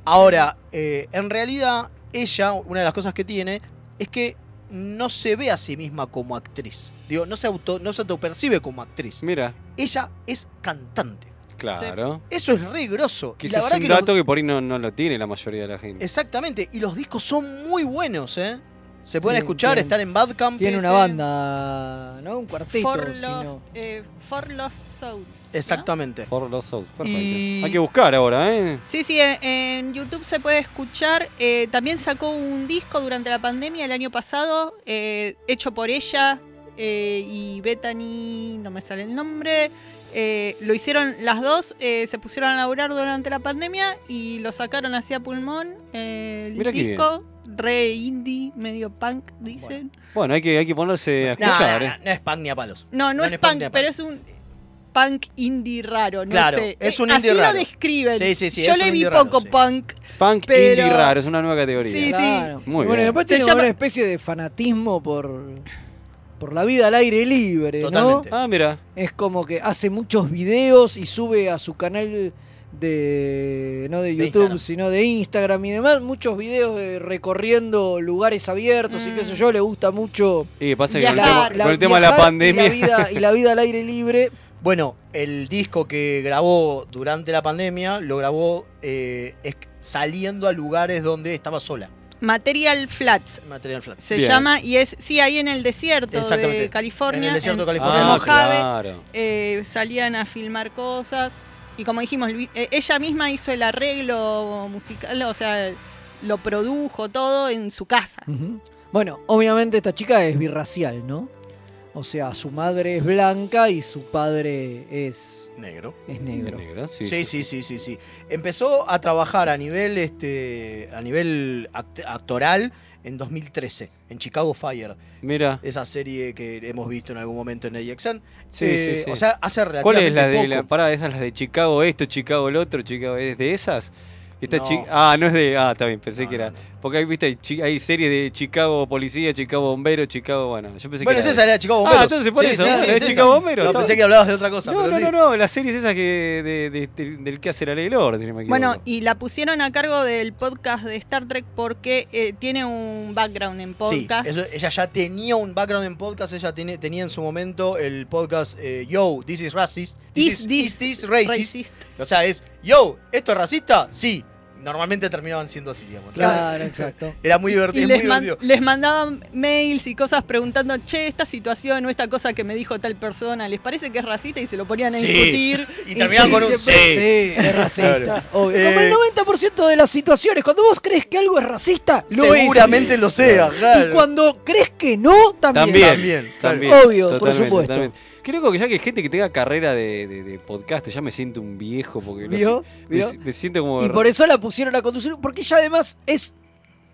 Ahora, eh, en realidad, ella, una de las cosas que tiene, es que no se ve a sí misma como actriz. Digo, no se auto, no se autopercibe como actriz.
Mira,
Ella es cantante.
claro.
Eso es re grosso. Y la
Quizás
verdad
es un
que los-
dato que por ahí no, no lo tiene la mayoría de la gente.
Exactamente. Y los discos son muy buenos, ¿eh? Se pueden
Sí,
escuchar,
tienen-
están en Badcamp.
Tiene
Sí,
una
sí.
banda, ¿no? Un cuarteto.
For
si
Lost,
no.
eh, For Lost Souls.
Exactamente.
Por los Souls, perfecto.
Y-
Hay que buscar ahora, ¿eh?
Sí, sí, en, en YouTube se puede escuchar. Eh, también sacó un disco durante la pandemia el año pasado, eh, hecho por ella, eh, y Bethany, no me sale el nombre, eh, lo hicieron las dos, eh, se pusieron a laburar durante la pandemia y lo sacaron hacia pulmón. eh, el
Mirá qué
disco, re indie, medio punk, dicen.
Bueno, hay que, hay que ponerse a
No, no,
escuchar,
no,
¿eh?
no es punk ni a palos.
No, no, es,
punk
punk,
ni a
pero es un punk indie raro, no
Claro,
sé.
es un
Eh,
indie
así
raro.
lo describen.
Sí, sí, sí,
Yo
es
le
un
vi
indie raro,
poco punk.
Punk
pero-
indie raro, es una nueva categoría.
Sí, sí.
Claro.
Muy
bueno, y
bien.
después
Se
tiene
llama-
una especie de fanatismo por, por la vida al aire libre,
Totalmente.
¿no?
Ah, mira.
Es como que hace muchos videos y sube a su canal de no de YouTube, sino de Instagram y demás, muchos videos de recorriendo lugares abiertos y qué sé yo, le gusta mucho
Y pasa que Mm. con el
viajar,
tema- con el tema de la
viajar y
pandemia.
vida- y la vida al aire libre
Bueno, el disco que grabó durante la pandemia lo grabó eh, es- saliendo a lugares donde estaba sola.
Material Flats.
Material Flat.
Se llama y es, sí, ahí en el desierto
Exactamente.
de California.
En el desierto de
en-
California.
en
Ah,
Mojave,
claro.
eh, salían a filmar cosas. Y como dijimos, Luis- eh, ella misma hizo el arreglo musical, o sea, lo produjo todo en su casa.
Ujú. Bueno, obviamente esta chica es birracial, ¿no? O sea, su madre es blanca y su padre es
negro.
Es negro.
sí,
sí, sí, sí, sí, sí. Empezó a trabajar a nivel, este, a nivel act- actoral en 2013, en Chicago Fire.
Mira.
Esa serie que hemos visto en algún momento en AXN.
Sí,
Eh,
sí, sí.
O sea, hace
¿Cuál es la de
relativamente
la
poco.
pará, esas las de Chicago esto, Chicago el otro, Chicago es de esas? Esta
No.
chi- ah, no es de ah, está bien, pensé que era. Porque hay viste hay chi- hay series de Chicago policía, Chicago bombero, Chicago, bueno, yo pensé
Bueno,
que
es esa, era de Chicago Bomberos.
Ah, entonces por
Sí,
eso,
sí,
ah,
sí,
era
es
de
esa.
Chicago bombero.
No,
está
pensé
bien.
que hablabas de otra cosa,
No,
pero
no,
sí.
no, no, las series esas que de- de- de- del que hace la ley Lord, si no me equivoco.
Bueno, y la pusieron a cargo del podcast de Star Trek porque eh, tiene un background en podcast.
Sí, eso- ella ya tenía un background en podcast, ella tiene- tenía en su momento el podcast eh, Yo, this is racist. This is, is this racist.
racist.
O sea, es Yo, ¿esto es racista? Sí. Normalmente terminaban siendo así, digamos.
Claro, exacto.
Era muy divertido.
Y
muy
les, man-
divertido.
les mandaban mails y cosas preguntando, che, esta situación o esta cosa que me dijo tal persona, ¿les parece que es racista? Y se lo ponían a
[laughs]
Sí.
discutir.
Y terminaban con un
siempre-
sí.
sí, es racista.
Claro.
obvio. Como
Eh,
el 90% de las situaciones, cuando vos crees que algo es racista, lo es.
Seguramente lo sea, claro.
Y cuando crees que no, también.
También,
También.
también.
Obvio, por
Totalmente,
supuesto.
totalmente. Creo que ya que hay gente que tenga carrera de, de- de podcast, ya me siento un viejo porque lo
¿Vio?
si- me
¿Vio?
si- Me, siento como
Y por eso la pusieron a conducir, porque ella además es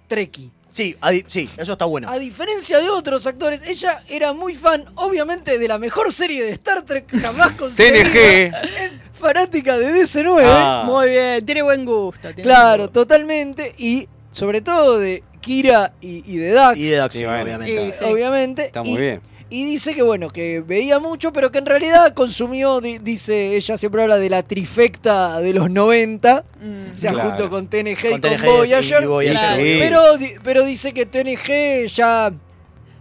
treki.
Sí, a di- sí, eso está bueno.
A diferencia de otros actores, ella era muy fan, obviamente, de la mejor serie de Star Trek jamás [laughs] conseguida.
TNG.
Es fanática de DC9.
Ah.
Muy bien, tiene buen gusto. tiene buen
Claro, totalmente. Y sobre todo de Kira y, y de Dax.
Y de Dax,
Sí, bueno.
obviamente.
Eh, obviamente.
Está
y,
muy bien.
y dice que bueno, que veía mucho, pero que en realidad consumió, di- dice, ella siempre habla de la trifecta de los 90.
Mm.
O sea,
Claro.
junto con TNG y con
Con TNG y
Voyager.
Voyager.
Sí.
Pero, di- pero dice que TNG ya,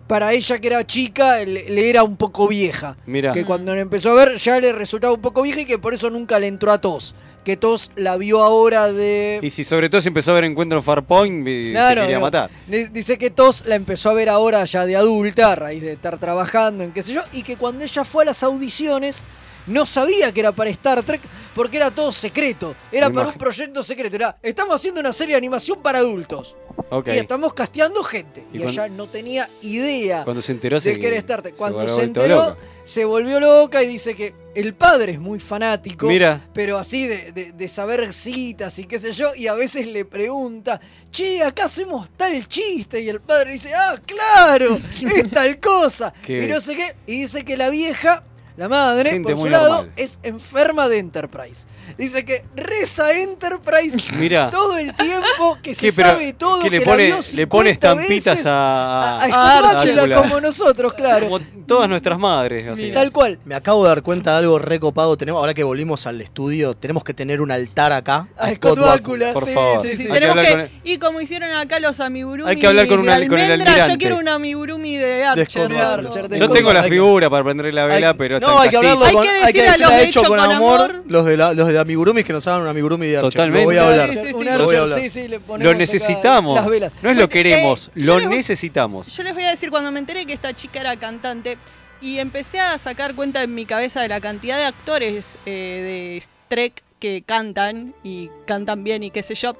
para ella que era chica, le, le era un poco vieja.
Mirá.
Que cuando la empezó a ver ya le resultaba un poco vieja y que por eso nunca le entró a tos. Que tos la vio ahora de...
Y si sobre todo se empezó a ver encuentro en Farpoint, me- se
Claro,
quería
no.
matar.
Di- Dice que Tos la empezó a ver ahora ya de adulta, a raíz de estar trabajando en qué sé yo, y que cuando ella fue a las audiciones no sabía que era para Star Trek porque era todo secreto, era
Me
para un
imagi-
proyecto secreto, era estamos haciendo una serie de animación para adultos
Ok.
y estamos casteando gente y,
Y
ella no tenía idea
Cuando se enteró se-
de que era Star Trek.
se
Cuando
volvió
se
todo
enteró
loca.
se volvió loca y dice que el padre es muy fanático,
Mira.
pero así de, de- de saber citas y qué sé yo, y a veces le pregunta, che, acá hacemos tal chiste, y el padre dice, ah,
[laughs]
claro, es tal cosa,
Qué
y no sé qué, y dice que la vieja, la madre,
Gente
por su
muy
lado,
normal.
es enferma de Enterprise. Dice que reza Enterprise
[laughs] Mirá.
todo el tiempo,
[laughs]
que se
¿Qué, pero
sabe todo,
qué
que
le
la
pone,
vio
le pone
50
estampitas
veces
a,
a
Drácula.
Escopáchila como nosotros, claro.
Como todas nuestras madres. así.
Tal cual.
Me acabo de dar cuenta de algo recopado. Tenemos, ahora que volvimos al estudio, tenemos que tener un altar acá.
A Scott Bakula,
por
sí,
favor.
sí, sí.
Hay que
Tenemos
hablar
que-
con él.
y como hicieron acá los amigurumi
Hay que hablar con
de
una- con el
almendra,
almirante.
Yo quiero un amigurumi de
De
Archer.
Scott Bakula.
Archer, de
Yo
Scott
tengo la
Hay que-
figura para prender la vela, pero está
no,
en
hay que
casita.
hablarlo
Hay
con,
que
hay que
decir a
decir
los
a
de
hecho
Hecho
con
con
amor,
Amor.
Los, de la, los de amigurumis que nos hagan un amigurumi de Archer.
Totalmente.
Lo voy a hablar.
Sí, sí, sí.
Un
Lo
Archer,
voy a hablar.
sí, sí, le ponemos
Lo
acá
necesitamos.
Las velas. eh,
No es lo queremos,
yo
lo
les voy-
necesitamos.
Yo les voy a decir, cuando me enteré que esta chica era cantante y empecé a sacar cuenta en mi cabeza de la cantidad de actores eh, de Trek que cantan y cantan bien y qué sé yo.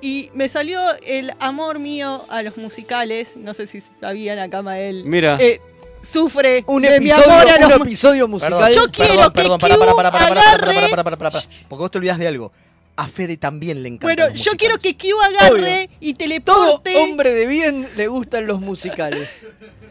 Y me salió el amor mío a los musicales. No sé si sabían acá, Mael.
Mira.
Eh, sufre
Un
de mi
episodio-
amor a
un
los
episodio musical.
Yo quiero que
para, para, para, para, para, para, para,
agarre-
para, para, para, para. Porque vos te olvidás de algo. A Fede también le encanta.
Bueno,
los
yo quiero que Q
Obvio.
agarre y
Todo
teleporte.
hombre de bien le gustan los musicales.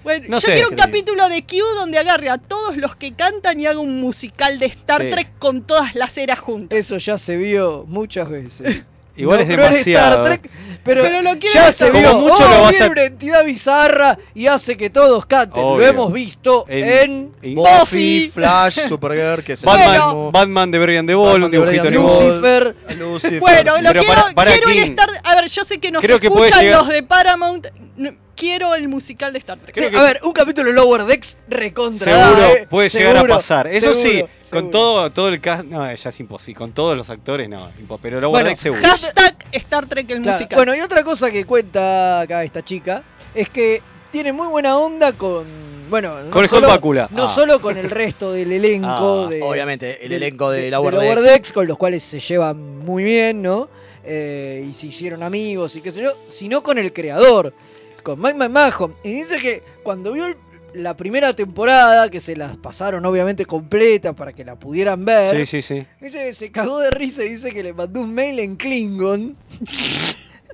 Bueno,
No
yo
sé,
quiero un
creo.
capítulo de Q donde agarre a todos los que cantan y haga un musical de Star
Sí.
Trek con todas las eras juntas.
Eso ya se vio muchas veces.
Igual
No
es
creo en
demasiado.
Star Trek, pero,
Pero lo quiero
ya
ver
se
como
vio.
mucho
Oh,
lo vas
viene
a-
una entidad bizarra y hace que todos canten. Lo
Obvio.
hemos visto en,
en-
Buffy,
[laughs]
Flash, Supergirl, que se
Batman, Batman de Brian De Ball, un
Batman de
dibujito
Brian De
animado.
Ball.
Lucifer.
Lucifer,
Bueno,
sí.
lo
Pero
quiero,
para- para
quiero un
King.
Star A ver, yo sé que nos
Creo que puede
escuchan
llegar-
los de Paramount. No, Quiero el musical de Star Trek.
Sí, A ver, un capítulo de Lower Decks recontra.
Seguro,
da, ¿eh?
puede llegar a
Seguro,
pasar. Eso sí,
seguro.
con todo, todo el cast. No, ya es imposible. Con todos los actores, no. impo- Pero lo
Bueno,
guardé seguro.
Hashtag Star Trek el
Claro.
musical.
Bueno, y otra cosa que cuenta acá esta chica es que tiene muy buena onda con. Bueno, no
Con el
solo,
Bácula.
no
Ah.
solo con el resto del elenco
Ah,
de,
obviamente, el
del-
elenco de
del
Lower
Lower
Decks.
Decks, con los cuales se llevan muy bien, ¿no? Eh, y se hicieron amigos y qué sé yo, sino con el creador, con Mike McMahon. Y dice que cuando vio el- la primera temporada, que se las pasaron obviamente completa para que la pudieran ver,
Sí, sí, sí.
Dice que se cagó de risa y dice que le mandó un mail en Klingon [laughs]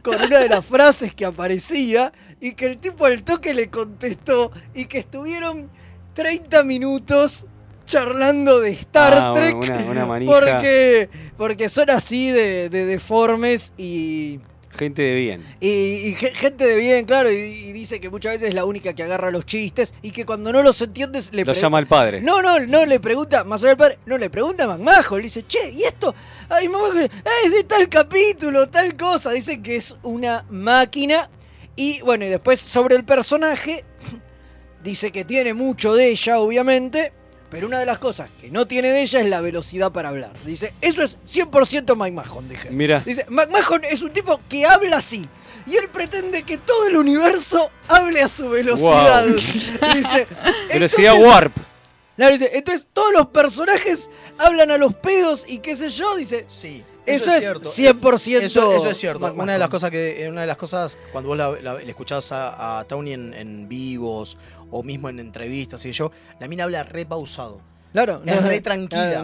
con una de las frases que aparecía y que el tipo al toque le contestó y que estuvieron 30 minutos charlando de Star
Ah,
Trek
una- una manija.
porque, porque son así de, de deformes y,
Gente de bien.
y, y ge- gente de bien, claro, y, y dice que muchas veces es la única que agarra los chistes y que cuando no los entiendes le
Lo
pre-
llama el padre.
no, no, no le pregunta, más allá del padre, no le pregunta a McMahon, le dice, che, ¿y esto? Ay, mamá, que- ah, es de tal capítulo, tal cosa. Dice que es una máquina. Y bueno, y después sobre el personaje, [clears throat] dice que tiene mucho de ella, obviamente, pero una de las cosas que no tiene de ella es la velocidad para hablar. Dice, eso es 100% McMahon, dije.
Mira.
Dice, McMahon es un tipo que habla así. Y él pretende que todo el universo hable a su velocidad. [laughs] Dice,
Velocidad
entonces-
Warp.
Claro, dice, entonces todos los personajes hablan a los pedos y qué sé yo, dice.
Sí.
Eso, es,
cierto.
100%.
Eso, eso es cierto.
Mac-
Una de las
Macron.
cosas que eh, una de las cosas cuando vos la, la- la escuchás a, a Tony en, en vivos o mismo en entrevistas y yo, la mina habla re pausado.
Claro,
es
no,
re tranquila.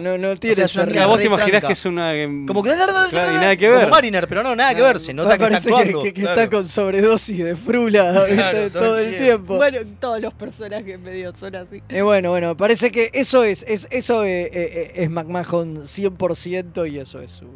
claro, no- no
O sea,
tiene
es una
esa-
mina
Claro, vos
re
te imaginás
tranca.
que es una. em,
como que
claro, y nada que ver.
Como Mariner, pero no, nada que ver, se nota que está
parece
actuando.
que, que
claro.
está con sobredosis de frula ¿viste?
Claro,
todo, el tiempo.
Bueno, todos los personajes medio son así.
Eh, bueno, bueno, parece que eso es, es eso eh, eh, eh, es McMahon 100% y eso es su,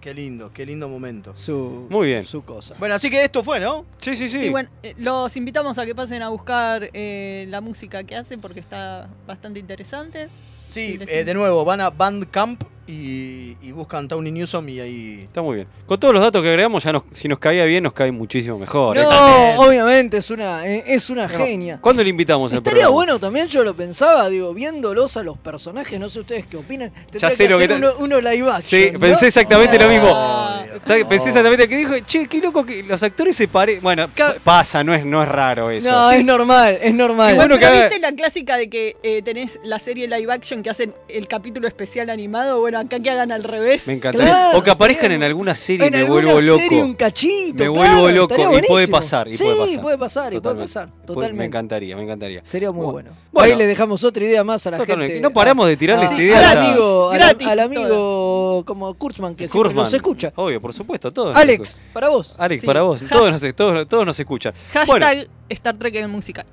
Qué lindo, qué lindo momento.
su,
Muy bien.
su cosa.
Bueno, así que esto fue, ¿no?
Sí, sí, sí.
Sí, bueno, eh, los invitamos a que pasen a buscar eh, la música que hacen porque está bastante interesante.
Sí,
les-
eh, de nuevo, van a Bandcamp y, y buscan Tony Newsom y ahí.
Está muy bien. Con todos los datos que agregamos, ya nos- si nos caía bien, nos cae muchísimo mejor.
No,
¿eh?
obviamente es una, eh, es una
No.
genia.
¿Cuándo le invitamos al
Estaría
programa?
bueno también, yo lo pensaba, digo, viéndolos a los personajes, no sé ustedes qué opinan. Tendría
sé
que
lo
hacer
que
uno,
tal-
uno live action,
Sí,
¿no?
pensé exactamente lo mismo. Está-
Oh, Dios.
Pensé exactamente que dijo, che, qué loco que los actores se parecen. Bueno, pa- pasa, no es, no es raro eso.
No, es normal, es normal.
Qué bueno que
Pero
haga-
viste la clásica de que eh, tenés la serie live action que hacen el capítulo especial animado? Bueno, acá que hagan al revés.
Me encantaría.
Claro,
o que aparezcan
estaría-
en alguna serie y
en
me
alguna
vuelvo loco.
serie un cachito.
Me
claro,
vuelvo loco
estaría
y puede
buenísimo.
pasar, y
sí,
puede pasar.
puede pasar, y puede
Totalmente.
pasar.
Puede- Me
Totalmente.
encantaría, me encantaría.
Sería muy bueno.
Bueno.
Ahí le dejamos otra idea más a la
Totalmente.
gente.
No paramos de tirarles
Ah,
ideas
Al
a-
amigo, al-
Gratis,
al, amigo como Kurtzman, que siempre
Kurzman,
nos escucha.
Obvio, por supuesto, todos. nos
Alex,
escuchan.
para vos.
Oh, Alex,
Sí.
para vos.
Hash-
Todos nos, todos, todos nos
[laughs]
escuchan.
Hashtag
Bueno,
Star Trek en el musical.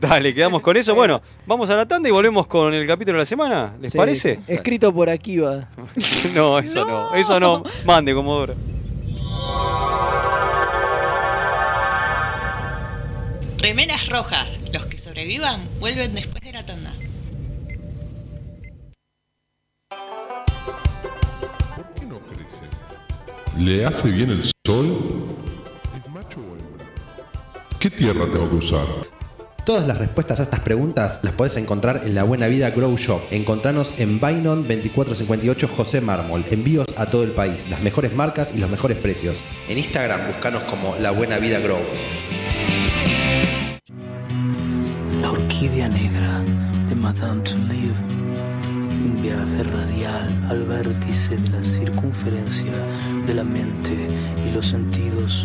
dale, quedamos con eso. Bueno, vamos a la tanda y volvemos con el capítulo de la semana. ¿Les
Sí, [laughs]
parece?
Escrito por aquí va.
No, eso no. Eso no. Mande, Comodoro.
Remeras rojas. Los que sobrevivan vuelven después de la tanda.
¿Le hace bien el sol? ¿Qué tierra tengo que usar?
Todas las respuestas a estas preguntas las podés encontrar en La Buena Vida Grow Shop. Encontranos en Bainon 2458 José Mármol. Envíos a todo el país, las mejores marcas y los mejores precios. En Instagram buscanos como La Buena Vida Grow.
La orquídea negra de Madame Touleau. Un viaje radial al vértice de la circunferencia de la mente y los sentidos.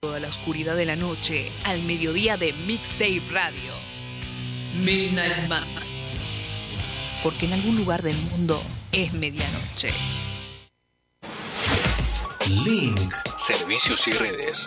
Toda la oscuridad de la noche al mediodía de Mixtape Radio. Midnight Madness. Porque en algún lugar del mundo es medianoche.
Link. Servicios y redes.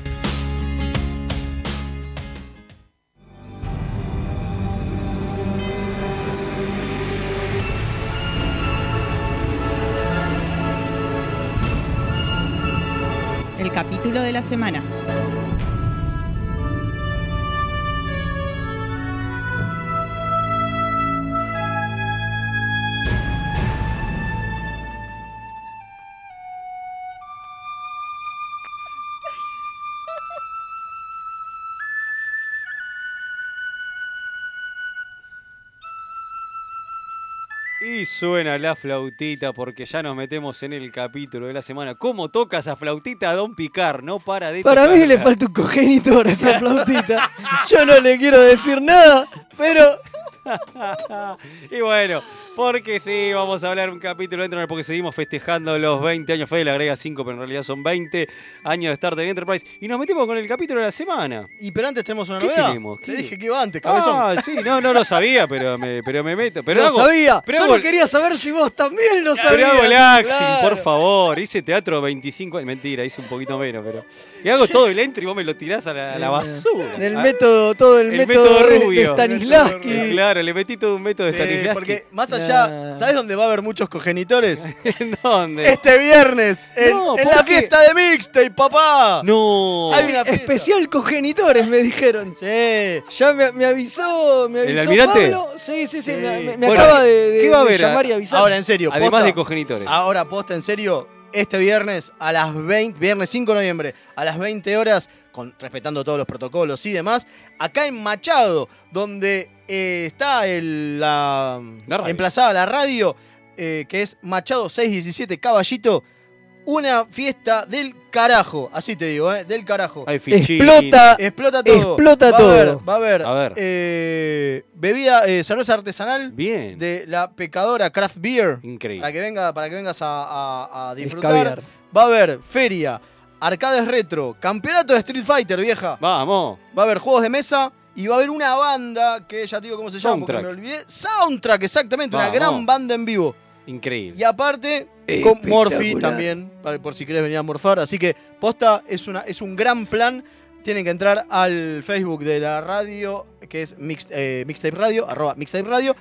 El capítulo de la semana.
Y suena la flautita porque ya nos metemos en el capítulo de la semana. ¿Cómo toca esa flautita a Don Picar? No para de
Para mí
tocarla.
le falta un cogenitor
[laughs]
a esa flautita. Yo no le quiero decir nada, pero
Y bueno, porque sí, vamos a hablar un capítulo de Enterprise porque seguimos festejando los 20 años. Fede le agrega 5, pero en realidad son 20 años de Starter Enterprise. Y nos metemos con el capítulo de la semana.
Y pero antes tenemos una
¿Qué
novedad.
tenemos?
Te
¿Qué?
dije que iba antes, cabezón.
Ah, sí, no, no lo sabía, pero me, pero me meto. Pero
lo
hago-
sabía.
pero
Yo
hago-
no quería saber si vos también lo
pero
sabías.
hago el acting,
Claro.
por favor. Hice teatro 25 años. Mentira, hice un poquito menos, pero. Y hago todo el entry y vos me lo tirás a la, a la basura.
Eh, Del
Ah,
método, todo el, método, de- de Stanislavski.
Eh, Claro, le metí todo un método de
Sí,
Stanislavski.
porque más allá, ¿sabes dónde va a haber muchos
[laughs]
cogenitores?
[laughs]
[laughs]
¿En dónde?
Este viernes, en,
No,
en
¿por
la
qué?
fiesta de Mixtape, papá.
No.
Hay una fiesta.
Especial cogenitores, me dijeron.
Sí.
Ya me, me avisó, me
¿El
avisó
almirante?
Pablo. Sí, sí, sí. Me, me- me
Bueno,
acaba de, de-
¿qué va a
de
haber?
llamar y avisar.
Ahora, en serio.
Además
posta.
de cogenitores.
Ahora, posta, en serio. Este viernes a las 20, viernes 5 de noviembre, a las 20 horas, con, respetando todos los protocolos y demás, acá en Machado, donde eh, está el, la, emplazada la radio, eh, que es Machado 617 Caballito, una fiesta del carajo, así te digo, eh, del carajo.
Hay fichín.
Explota-
explota todo.
explota
va
todo.
A haber, va a haber
A ver.
eh, bebida, eh, cerveza artesanal
Bien.
de la pecadora Craft Beer.
Increíble.
Para que, venga, para que vengas a, a- a
Escabiar.
disfrutar. Va a haber feria, arcades retro, campeonato de Street Fighter, vieja.
Vamos.
Va a haber juegos de mesa y va a haber una banda que ya te digo cómo se llama porque me
Soundtrack.
olvidé. Soundtrack, exactamente.
Vamos.
Una gran banda en vivo.
Increíble.
Y aparte, con Morphy
Espectacular.
también, para- por si querés venir a morfar. Así que, posta, es, una, es un gran plan. Tienen que entrar al Facebook de la radio, que es mix- eh, Mixtape Radio, arroba Mixtape Radio.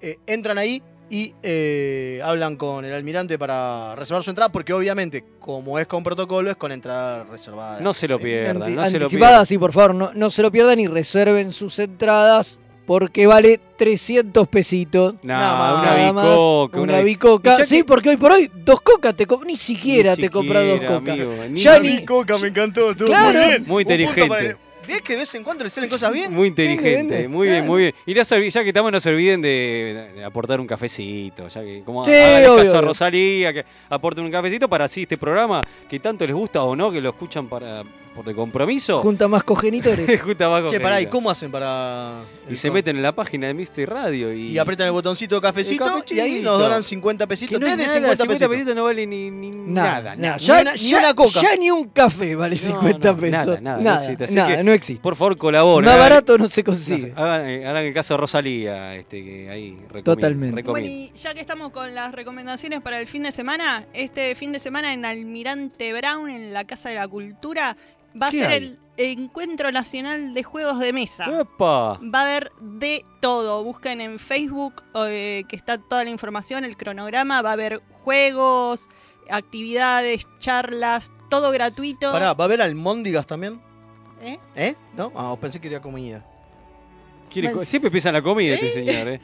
Eh, entran ahí, y eh, hablan con el almirante para reservar su entrada, porque obviamente, como es con protocolo, es con entrada reservada.
No se lo pierdan, no se lo
Anticipada,
pierdan.
sí, por favor, no, no se lo pierdan y reserven sus entradas porque vale 300 pesitos.
No,
Nada
una
más,
bicoca.
Una bicoca. Sí, porque hoy por hoy dos cocas te co- ni siquiera
Ni
te compras dos
siquiera,
cocas.
amigo, ni
Ya
una
ni-
Coca, me encantó. estuvo
Claro.
muy bien.
Muy
Un punto
inteligente.
para el- ¿Ves que de vez en cuando le salen cosas bien?
Muy inteligente,
Vende,
muy bien,
claro.
muy bien. Y no se olvi- ya que estamos, no se olviden de, de aportar un cafecito. Ya que, como
Sí,
háganle
obvio,
caso a
obvio.
Rosalía, que aporten un cafecito para así este programa que tanto les gusta o no, que lo escuchan para, por de compromiso.
Junta más
[laughs]
cogenitores.
Junta más
Che, pará, ¿y
cogenita.
cómo hacen para...?
Y se meten en la página de Mister Radio y,
Y apretan el botoncito cafecito,
El
y ahí nos
cafecito.
donan 50
Que
pesitos.
no es
Desde
nada,
50,
50
pesitos.
no vale ni, ni
Nada,
nada,
nada.
nada.
Ya,
Ni una- ni
ya-
una coca.
ya ni un café vale 50
Nada,
pesos.
nada, no existe. Así que,
no existe.
Por favor, colaboren.
Más
hagan-
barato no se consigue.
no sé, hagan, eh, hagan el caso de Rosalía, este, que ahí recomiendo.
Totalmente.
recomiendo.
Bueno, y ya que estamos con las recomendaciones para el fin de semana, este fin de semana en Almirante Brown, en la Casa de la Cultura, va a
¿Qué
ser
hay? Ah.
el Encuentro Nacional de Juegos de Mesa.
¡Epa!
Va a haber de todo. Busquen en Facebook eh, que está toda la información, el cronograma. Va a haber juegos, actividades, charlas, todo gratuito.
Pará, ¿va a haber almóndigas también?
¿Eh?
¿Eh? ¿No? Ah, pensé que era comida.
Quiere
Bueno,
co- siempre empieza en la comida este señor, ¿eh?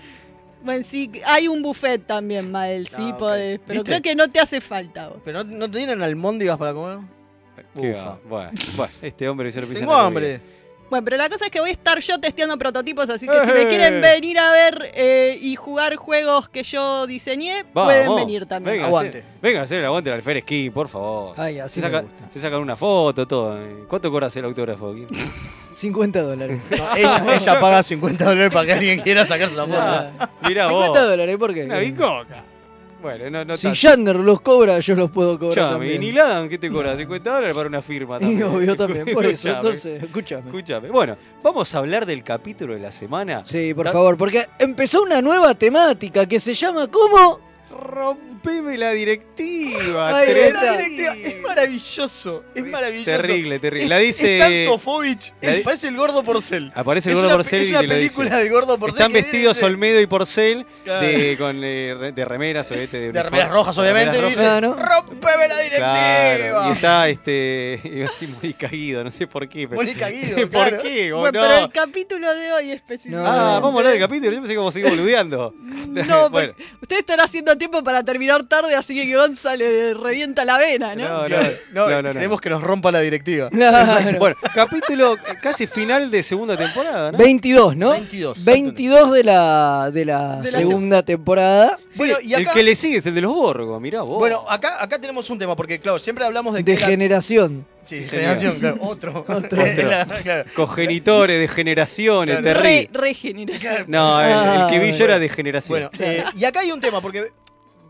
Bueno, sí, hay un buffet también, Mael,
Ah,
sí
ok.
podés, pero
¿Viste?
creo que no te hace falta. vos.
¿Pero no, no tienen almóndigas para comer?
Qué
Ufa.
va- Bueno, bueno, este hombre siempre empieza
Tengo
en la
hambre.
Bueno, pero la cosa es que voy a estar yo testeando prototipos, así que si
¡Eh!
me quieren venir a ver eh, y jugar juegos que yo diseñé,
comida.
pueden
Vamos,
venir también.
Venga, aguante. Venga, a hacer el aguante al alférez King, por favor.
Ay, así
se,
me
saca- se sacan una foto, todo. ¿eh? ¿Cuánto cobras el autógrafo
[laughs]
aquí? [laughs]
50 dólares.
[laughs] No, ella, ella paga 50 dólares para que alguien quiera sacarse la foto.
Ah, Mirá vos.
50 dólares, ¿por qué?
Una bicoca. Bueno, no, no
si
tanto.
Yander los cobra, yo los puedo cobrar
Escuchame, y
también.
ni Ladan, ¿qué te cobra? 50 dólares para una firma también.
[laughs] Y
[laughs]
obvio también, por eso,
Escuchame,
entonces, escúchame.
Escúchame. Bueno, vamos a hablar del capítulo de la semana.
Sí, por favor, porque empezó una nueva temática que se llama ¿Cómo?
Rompeme la directiva.
Ay,
tremendo.
La directiva es maravilloso, es maravilloso.
Terrible, terrible.
Es-
La dice-
Es tan sofovich,
la
es-
di-
parece el gordo porcel.
Aparece el
Es
gordo
una-
Porcel
Es
y
una
te lo dice.
película de gordo porcel.
Están
que
vestidos
dice-
Olmedo y Porcel
Claro.
de, con, eh, re- de remeras, obviamente, de,
De
uniforme.
remeras rojas, obviamente.
Remeras
y
rojas.
dice, ¡Rompeme la
Claro, y
directiva!
está este. [laughs] Iba a decir Mónica Guido, no sé por qué. Pero...
Mónica Guido,
[laughs] ¿Por
claro.
qué? o
Bueno,
no?
pero el capítulo de hoy específicamente.
Ah, vamos a hablar del capítulo. Yo pensé que vos seguís
[laughs]
boludeando. [laughs]
No,
Bueno,
porque usted estará haciendo tiempo para terminar tarde, así que Gonza le revienta la vena, ¿no?
no, no,
Claro. No,
no, no, no.
queremos que nos rompa la directiva. [laughs]
Claro.
Bueno, capítulo eh, casi final de segunda temporada, ¿no?
22, ¿no?
22,
22 de la, de la
De la
segunda temporada.
Sí,
Bueno, y
El
acá-
que le sigue es el de los Borgos, mirá vos.
Bueno, acá, acá tenemos un tema, porque claro, siempre hablamos de...
De
que la-
generación.
Sí,
Sí,
generación,
señor.
claro. Otro.
[laughs] Otro.
La- [laughs] claro.
Cogenitores, de generaciones,
Claro.
Re,
terrible.
regeneración.
[laughs]
No, el,
Ah,
el que vi yo era de
Bueno,
generación.
eh, y acá hay un tema, porque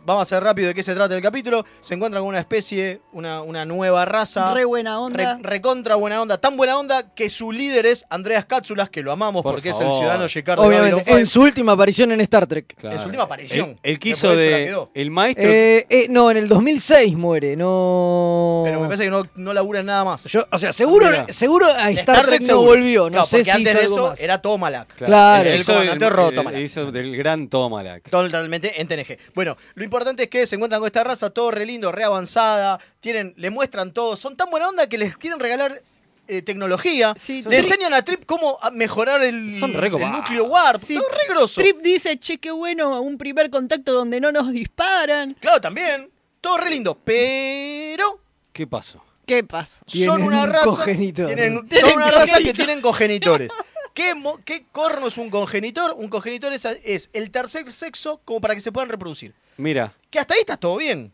vamos a ser rápido de qué se trata el capítulo. Se encuentran con una especie, una, una nueva raza.
Re buena onda.
Re- recontra buena onda, tan buena onda que su líder es Andreas Cápsulas, que lo amamos
Por
porque es el
favor.
ciudadano Yecardo
Obviamente, en su última aparición en Star Trek.
Claro.
en su última aparición.
El, el que
Después
hizo
de eso la
de.
quedó.
El maestro.
Eh, eh, no, en el 2006 muere, no...
Pero me parece que no, no labura nada más.
Yo, o sea, seguro,
Mira.
seguro a Star, Trek no
seguro.
volvió, no
Claro,
sé
porque
si
antes
hizo
de
algo
eso
más.
era Tomalak.
Claro.
El, el
hizo
comandante
del-
Rodo
el-
Tomalak.
Hizo del gran Tomalak.
Totalmente en TNG. Bueno, lo importante es que se encuentran con esta raza, todo re lindo, re avanzada, tienen, le muestran todo, son tan buena onda que les quieren regalar eh, tecnología. le
Sí, Trip-
enseñan a Trip cómo a- mejorar el,
Son re
el
cobardes.
núcleo warp,
Sí.
todo re grosso.
Trip dice, che, qué bueno, un primer contacto donde no nos disparan.
Claro, también, todo re lindo, pero
¿Qué pasó?
¿Qué pasa?
son
Tienen
una
un
raza,
cogenitor.
tienen- son
Tienen
una raza que
cogenitor.
tienen congenitores. ¿Qué, mo- ¿Qué corno es un congenitor? Un congenitor es, es el tercer sexo como para que se puedan reproducir.
Mira.
Que hasta ahí está todo bien.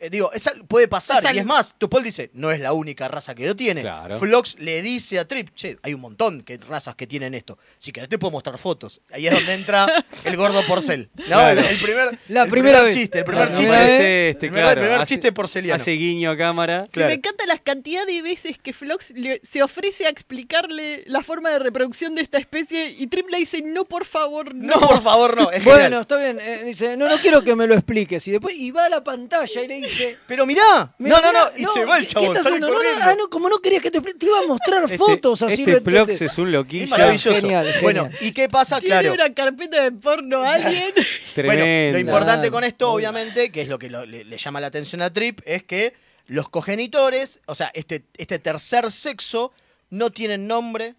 Eh, digo, es al- puede pasar.
Es al-
y es más, Tupol dice, no es la única raza que lo tiene.
Claro.
Flox le dice a Trip, che, hay un montón de razas que tienen esto. Si querés te puedo mostrar fotos. Ahí es donde entra el gordo porcel. ¿no?
Claro.
El, el primer,
La primera
el primer
vez.
chiste, el
La
primer
Me
primera
chiste.
vez.
parece, este,
el primer-
claro,
el primer
hace-
chiste porceliano.
Hace guiño a cámara.
Sí, me encanta la cantidad de veces que Flox le- se ofrece a explicarle la forma de reproducción de esta especie y Trip le dice, no, por favor, no.
No, por favor, no. Es
Bueno,
genial.
está bien. eh, dice, no, no quiero que me lo expliques. Y después, y va a la pantalla y le
dice. Pero mirá.
Mirá,
no, no,
mirá,
no. Y se va el
¿qué-
chabón.
¿Qué estás
sale
haciendo? No, no,
corriendo.
ah, no, como no querías que te expl- te iba a mostrar fotos así.
este
lo
Plox
entendés.
es un loquillo.
Es maravilloso.
Genial, genial.
Bueno, ¿y qué pasa?
Tiene
Claro.
una carpeta
[laughs]
de porno a alguien.
Bueno,
Tremendo.
lo importante
Claro.
con esto, obviamente, que es lo que lo- le, le llama la atención a Trip, es que los cogenitores, o sea, este, este tercer sexo, no tienen nombre,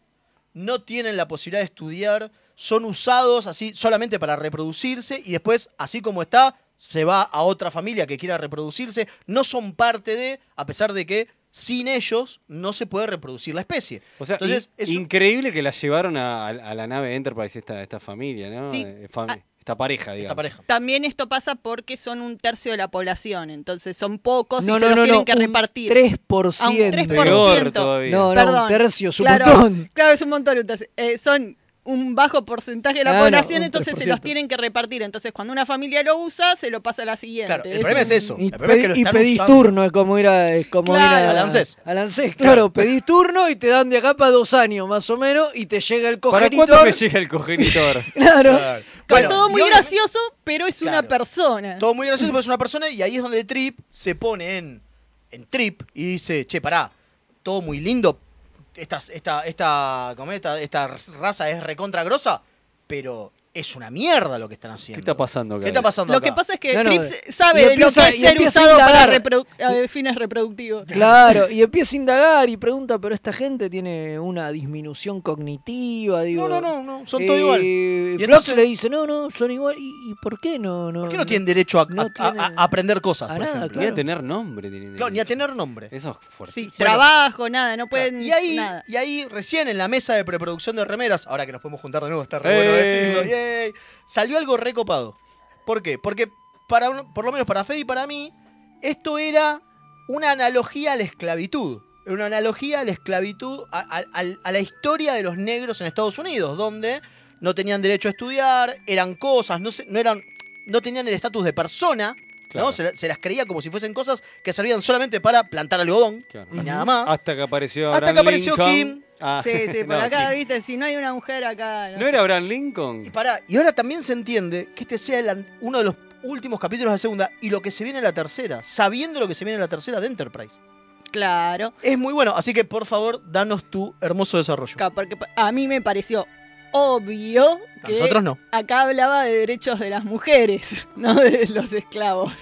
no tienen la posibilidad de estudiar, son usados así solamente para reproducirse y después, así como está, se va a otra familia que quiera reproducirse. No son parte de, a pesar de que sin ellos no se puede reproducir la especie.
O sea,
Entonces,
in-
es un-
increíble que la llevaron a, a- a la nave Enterprise esta, esta familia, ¿no?
Sí.
Eh, fam-
Ah.
Esta pareja, digamos. Esta
pareja.
También esto pasa porque son un tercio de la población, entonces son pocos
No,
y se
no,
los
no,
tienen
no,
que
un
repartir.
3%.
A un 3%.
Peor todavía.
No, no,
Perdón.
un tercio, es un
claro,
montón.
Claro, es un montón. un tercio. Eh, son un bajo porcentaje de la
Claro,
población,
un
entonces se
3%.
los tienen que repartir. Entonces, cuando una familia lo usa, se lo pasa a la siguiente.
Claro, el problema es eso.
Y,
El problema es que
pedi-
lo
y
están
pedís
usando.
turno, es como ir a. es como
Claro,
ir a
al ANSES.
Al ANSES, claro. Pedís turno y te dan de acá para dos años más o menos y te llega el
¿Para
cogenitor.
cuándo me llega el
[laughs]
cogenitor?
Claro.
Está
Bueno,
todo muy
y obviamente-
gracioso, pero es una
Claro.
persona.
Todo muy gracioso, pero es una persona y ahí es donde Trip se pone en, en Trip y dice, che, pará, todo muy lindo, esta, esta, esta, ¿cómo es? esta, esta raza es recontra grosa, pero es una mierda lo que están
¿Qué
haciendo.
está pasando acá?
¿Qué está pasando
Lo
acá?
que pasa es que
No, no,
Trips
eh.
sabe
y
de
empieza-
lo que es
y
ser
empieza a
usado para
indagar.
reprodu- eh, fines reproductivos.
Claro, y empieza a indagar y pregunta, pero esta gente tiene una disminución cognitiva, digo. eh,
No, no, no, no, son todos igual. Y
Flox
entonces-
le dice, no, no, son igual. ¿Y, y por qué no? no
¿Por qué no tienen derecho a,
No
a-
tienen-
a- a aprender cosas,
a
por
nada,
ejemplo?
Ni a tener nombre. tiene-
Claro, ni a tener nombre.
Eso es fuerte.
Sí,
Bueno.
trabajo, nada, no pueden
Y ahí,
nada.
y ahí recién en la mesa de preproducción de remeras, ahora que nos podemos juntar de nuevo, está re bueno
¡Eh!
decirlo, ¡yay! salió algo recopado. ¿Por qué? Porque para uno- por lo menos para Fede y para mí, esto era una analogía a la esclavitud. Era una analogía a la esclavitud, a, a- a- a la historia de los negros en Estados Unidos, donde no tenían derecho a estudiar, eran cosas, no, se- no, eran, no tenían el estatus de persona,
Claro.
¿no? Se, la- se las creía como si fuesen cosas que servían solamente para plantar algodón
Claro.
y nada más.
Hasta que apareció
Hasta
Abraham
que apareció
Lincoln.
Kim.
Ah,
Sí, sí,
[laughs]
por
no,
acá,
Kim.
viste, si no hay una mujer acá. no
¿No era Abraham Lincoln?
Y pará, y ahora también se entiende que este sea el an- uno de los últimos capítulos de la segunda y lo que se viene en la tercera, sabiendo lo que se viene en la tercera de Enterprise.
Claro.
Es muy bueno, así que por favor, danos tu hermoso desarrollo.
Ca- Porque pa- a mí me pareció obvio
A
que
nosotros no.
acá hablaba de derechos de las mujeres, [laughs] no de los esclavos.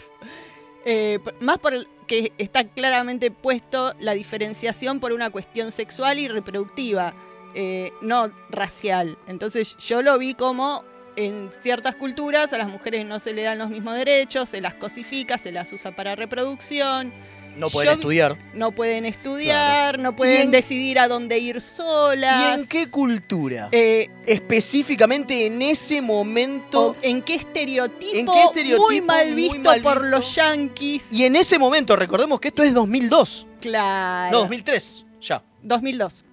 Eh, p- más por el- que está claramente puesto la diferenciación por una cuestión sexual y reproductiva, eh, no racial. Entonces yo lo vi como en ciertas culturas a las mujeres no se le dan los mismos derechos, se las cosifica, se las usa para reproducción,
No pueden
yo vi-
estudiar.
no pueden estudiar, no pueden
en-
decidir a dónde ir solas.
¿Y en qué cultura?
Eh,
Específicamente en ese momento.
o en qué estereotipo,
¿En qué estereotipo
muy mal
muy
visto
mal
por
visto?
los yanquis.
Y en ese momento, recordemos que esto es 2002. No,
Claro.
2003, ya.
2002.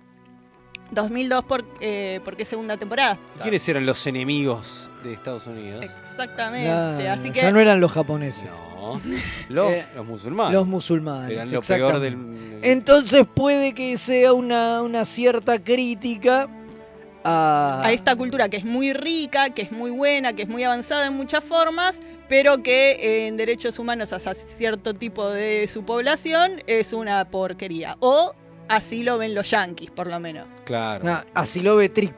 2002 por, eh, porque es segunda temporada.
¿Quiénes eran los enemigos de Estados Unidos?
Exactamente.
Claro,
Así que
Ya no eran los japoneses,
No. Los,
Eh,
los musulmanes.
los musulmanes.
Eran lo peor
exactamente.
del.
Entonces puede que sea una, una cierta crítica
Ah.
a...
a esta cultura que es muy rica, que es muy buena, que es muy avanzada en muchas formas, pero que eh, en derechos humanos hacia cierto tipo de su población es una porquería. O así lo ven los yanquis, por lo menos.
Claro.
una- así lo ve Trip.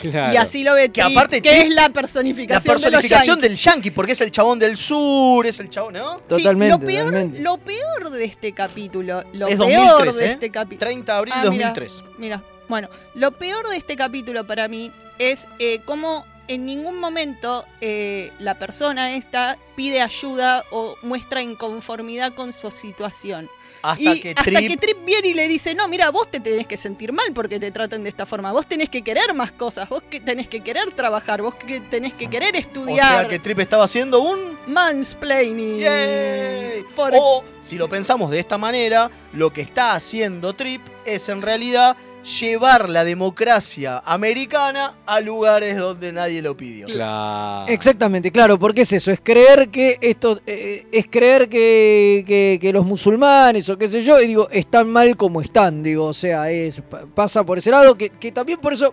claro.
Y así lo ve
Que
Trip,
aparte
que
Trip-
es la
La
personificación,
personificación
de
del yankee, porque es el chabón del sur, es el chabón, ¿no?
los yanquis. Sí,
Totalmente,
lo, peor,
totalmente.
lo peor de este capítulo, lo
Es
peor
2003,
de
¿eh?
este capítulo.
30 de abril de
Ah, mira.
2003.
Mira, bueno, lo peor de este capítulo para mí es eh, cómo en ningún momento eh, la persona esta pide ayuda o muestra inconformidad con su situación.
Hasta
y
que
hasta
Trip.
que Trip viene y le dice, no, mira, vos te tenés que sentir mal porque te tratan de esta forma, vos tenés que querer más cosas, vos que tenés que querer trabajar, vos que tenés que querer
O
estudiar.
sea que Trip estaba haciendo un.
Mansplaining.
¡Yay! Oh.
Por-
O, si lo pensamos de esta manera, lo que está haciendo Trip es en realidad llevar la democracia americana a lugares donde nadie lo pidió.
Claro.
Exactamente, claro, porque es eso, es creer que esto, eh, es creer que, que- que los musulmanes o qué sé yo, y digo, están mal como están, digo, o sea, es, pa- pasa por ese lado, que, que también por eso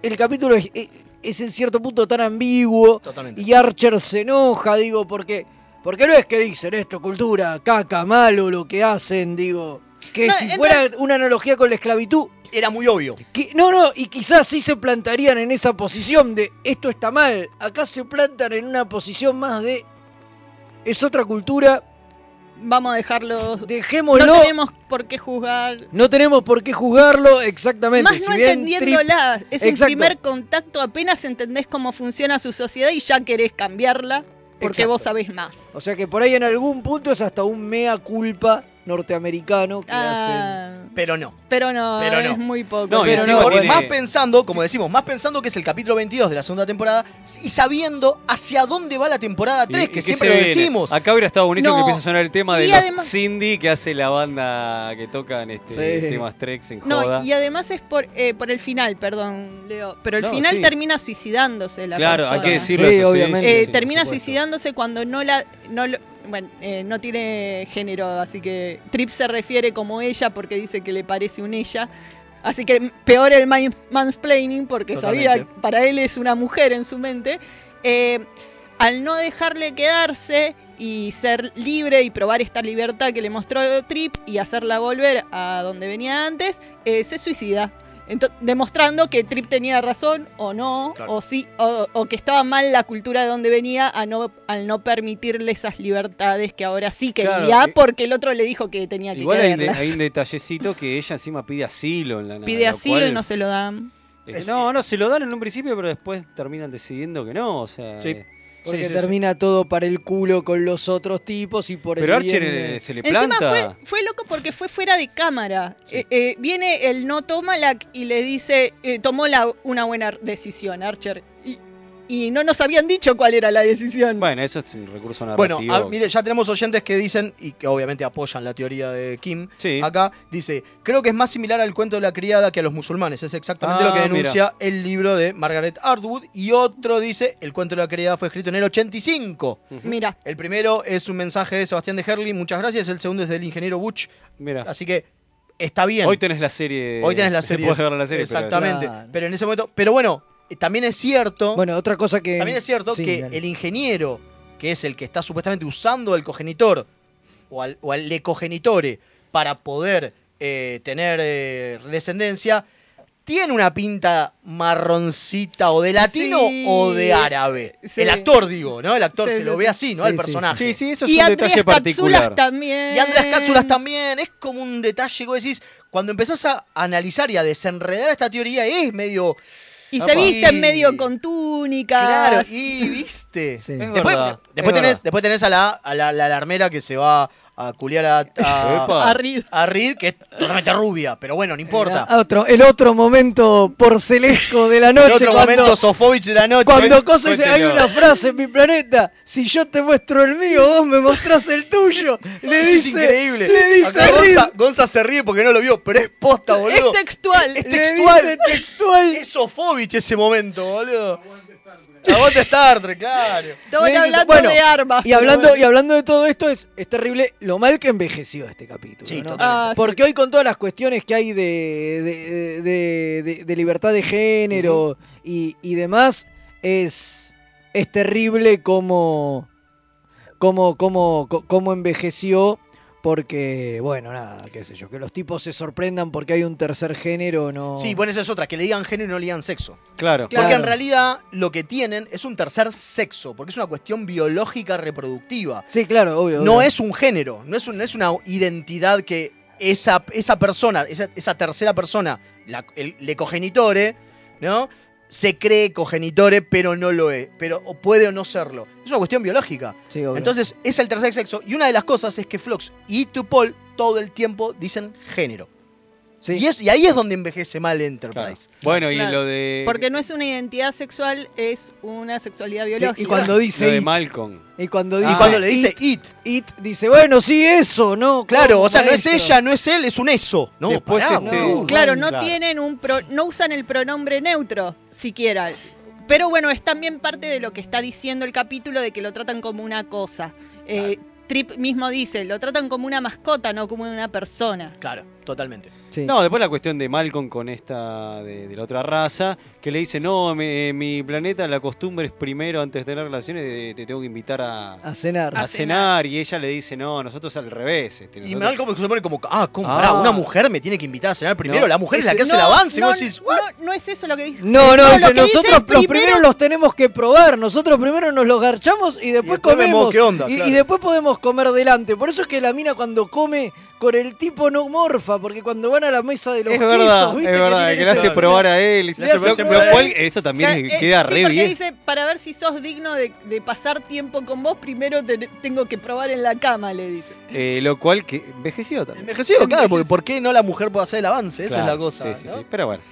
el capítulo eh, es, es en cierto punto tan ambiguo
Totalmente.
y Archer se enoja, digo, porque Porque no es que dicen esto, cultura, caca, malo, lo que hacen, digo. Que
No,
si
en
fuera
real-
una analogía con la esclavitud.
Era muy obvio.
que- no, no, y quizás sí se plantarían en esa posición de esto está mal. Acá se plantan en una posición más de. Es otra cultura.
Vamos a dejarlo.
Dejémoslo.
No tenemos por qué juzgar.
No tenemos por qué juzgarlo exactamente.
Más
si
no
bien
entendiéndola.
trip-
Es
Exacto.
un primer contacto, apenas entendés cómo funciona su sociedad y ya querés cambiarla porque
Exacto.
vos sabés más.
O sea que por ahí en algún punto es hasta un mea culpa norteamericano que
Ah,
Pero no.
Pero no,
Pero no.
es muy poco.
No, y
pero
encima
no.
tiene-
Más pensando, como decimos, más pensando que es el capítulo 22 de la segunda temporada y sabiendo hacia dónde va la temporada 3, que
qué
siempre
se
lo
viene?
decimos.
Acá hubiera estado buenísimo
No.
que empiece a sonar el tema de
Y
los
además-
Cindy que hace la banda que tocan este,
Sí.
temas Trex en
No,
joda.
y además es por, eh, por el final, perdón, Leo. Pero el
No,
final
sí.
termina suicidándose la
Claro, hay
persona.
que decirlo
Sí,
eso,
obviamente.
sí,
Eh,
sí, sí,
termina
por supuesto.
suicidándose cuando no la. No lo- bueno, eh, no tiene género, así que Trip se refiere como ella porque dice que le parece un ella. Así que peor el man- mansplaining porque sabía,
Totalmente.
para él es una mujer en su mente. Eh, al no dejarle quedarse y ser libre y probar esta libertad que le mostró Trip y hacerla volver a donde venía antes, eh, se suicida. Ento- demostrando que Trip tenía razón o no,
Claro.
o sí, o, o que estaba mal la cultura de donde venía a no, al no permitirle esas libertades que ahora sí quería
Claro, eh,
porque el otro le dijo que tenía que
Igual hay, de-
quererlas. [laughs]
hay un detallecito que ella encima pide asilo en la nave,
Pide
lo
asilo y
cual-
no se lo dan.
Eh, no, no, se lo dan en un principio, pero después terminan decidiendo que no, o sea...
Sí.
eh,
Porque termina todo para el culo con los otros tipos y por el
Pero Archer
bien,
eh,
eh,
se le
Encima
planta.
fue, fue loco porque fue fuera de cámara. Eh, eh, viene el no Tomalak y le dice, eh, tomó la, una buena decisión, Archer. Y, y no nos habían dicho cuál era la decisión.
Bueno, eso es un recurso narrativo.
Bueno, ah, a- mire, ya tenemos oyentes que dicen, y que obviamente apoyan la teoría de Kim, acá dice, creo que es más similar al cuento de la criada que a los musulmanes, es exactamente
Ah,
lo que denuncia
mira.
el libro de Margaret Atwood, y otro dice, el cuento de la criada fue escrito en el 85.
Mira.
El primero es un mensaje de Sebastián de Herley, muchas gracias, el segundo es del ingeniero Butch,
Mira.
así que está bien.
Hoy tenés la serie. [laughs]
Hoy tenés la serie.
Podés ver la serie. pero-
Exactamente. Pero, en ese momento. Pero bueno, eh, también es cierto.
Bueno, otra cosa que.
También es cierto
Sí,
que
dale.
el ingeniero, que es el que está supuestamente usando al cogenitor o al, o al ecogenitore para poder eh, tener eh, descendencia, tiene una pinta marroncita o de latino
Sí.
o de árabe.
Sí.
El actor, digo, ¿no? El actor
Sí,
se
sí,
lo
sí.
ve así, ¿no?
Sí,
el
sí,
personaje.
sí. Sí, sí, eso es
y
un
Andrés
detalle particular.
Cápsulas también.
Y Andrés Cápsulas también. Es como un detalle que vos decís, cuando empezás a analizar y a desenredar esta teoría, es medio.
Y se viste en medio con túnicas.
Claro, y viste.
Es
Después,
verdad.
después
es
tenés,
verdad.
después tenés a, la, a la, la alarmera que se va a culiar
[laughs]
a, a,
Epa.
A Reed.
a Reed, que es totalmente rubia, pero bueno, no importa.
Ah, otro- el otro momento porcelesco de la noche.
En otro
cuando,
momento, Sofovich de la noche.
Cuando
Fue-
cosa
fue
dice,
este
hay
no.
una frase en mi planeta, si yo te muestro el mío, vos me mostrás el
[laughs]
tuyo. Le
Eso
dice,
es increíble.
Le dice
Acá
a Reed,
Gonza, Gonza se ríe porque no lo vio, pero es posta, boludo.
Es textual.
Es
Le
textual.
dice
textual.
Es Sofovich ese momento, boludo. Aguante Star Trek, claro.
Estaban
le dice-
hablando
bueno,
de armas.
Y hablando, y hablando de todo esto, es, es terrible lo mal que envejeció este capítulo.
Sí,
¿no?
totalmente.
Ah,
Porque hoy con todas las cuestiones que hay de, de- de- de- de libertad de género y, y demás, es, es terrible como, como, como, como envejeció. Porque, bueno, nada, qué sé yo, que los tipos se sorprendan porque hay un tercer género, no...
Sí, bueno, esa es otra, que le digan género y no le digan sexo.
Claro.
Porque en realidad lo que tienen es un tercer sexo, porque es una cuestión biológica reproductiva.
Sí, claro, obvio.
No
obvio.
es un género, no es, un- no es una identidad que esa, esa persona, esa, esa tercera persona, la, el, le cogenitore, ¿no? Se cree cogenitore, pero no lo es, pero o puede o no serlo. Es una cuestión biológica.
Sí, obvio.
Entonces, es el tercer sexo. Y una de las cosas es que Flox y Tupol todo el tiempo dicen género. Y, es- y ahí es donde envejece mal Enterprise.
Bueno, y
Claro.
lo de.
Porque no es una identidad sexual, es una sexualidad
Sí,
biológica.
y cuando dice...
Lo de
it,
Malcolm.
y
Ah.
cuando,
Ah. Y
dice
cuando le
dice it.
It dice, bueno, sí, eso, ¿no?
Claro,
¿Cómo,
o sea, no es
maestro?
ella, no es él, es un eso. No,
Después,
pará,
este,
boludo.
Claro, no
Claro.
tienen un pro- no usan el pronombre neutro siquiera. Pero bueno, es también parte de lo que está diciendo el capítulo de que lo tratan como una cosa. Eh, Trip mismo dice, lo tratan como una mascota, no como una persona.
Claro. Totalmente.
No, después la cuestión de Malcolm con esta de, de la otra raza, que le dice, no, me- en mi planeta la costumbre es primero antes de tener relaciones, de- te tengo que invitar a,
A cenar.
a cenar. Y ella le dice, no, nosotros al revés. este,
Y
nosotros-
Malcolm se pone como, ah, ¿cómo? Pará,
Ah.
una mujer me tiene que invitar a cenar primero.
No.
La mujer es la
Ese-
que hace el
no,
avance. y
no,
vos decís,
no, no es eso lo que dice.
No, no,
lo
dice,
que dice
nosotros
es
los primeros los tenemos que probar. Nosotros primero nos los garchamos y después,
después vemos
comemos.
qué onda,
y,
claro.
y después podemos comer delante. Por eso es que la mina cuando come con el tipo no morfa, porque cuando van a la mesa de los
Es
quesos,
verdad,
¿viste?
es verdad, que le
tienen
hace
ese-
probar a él.
Le hace
Pero-
probar
pero
a él.
cuál- Eso también es-
eh,
queda
sí,
re
porque
bien.
dice, para ver si sos digno de, de pasar tiempo con vos, primero te tengo que probar en la cama, le dice.
Eh, lo cual que envejeció también.
Envejecido, claro, porque ¿por qué no la mujer puede hacer el avance? Esa es la
Claro,
cosa.
sí, sí,
¿no?
sí, Pero bueno.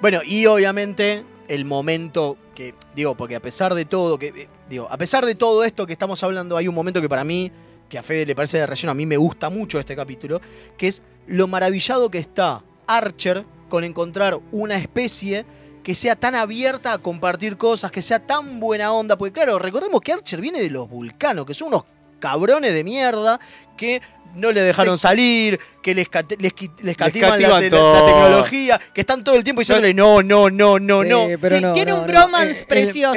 Bueno, y obviamente el momento que, digo, porque a pesar de todo, que, eh, digo, a pesar de todo esto que estamos hablando, hay un momento que para mí, que a Fede le parece de relleno, a mí me gusta mucho este capítulo, que es lo maravillado que está Archer con encontrar una especie que sea tan abierta a compartir cosas, que sea tan buena onda, porque claro, recordemos que Archer viene de los vulcanos, que son unos cabrones de mierda que no le dejaron salir, que les, cate- les, qui- les cativan la,
cativan
te- la- la
todo.
tecnología, que están todo el tiempo diciéndole no, no, no, no,
Sí,
no.
pero no, no, no. Eh,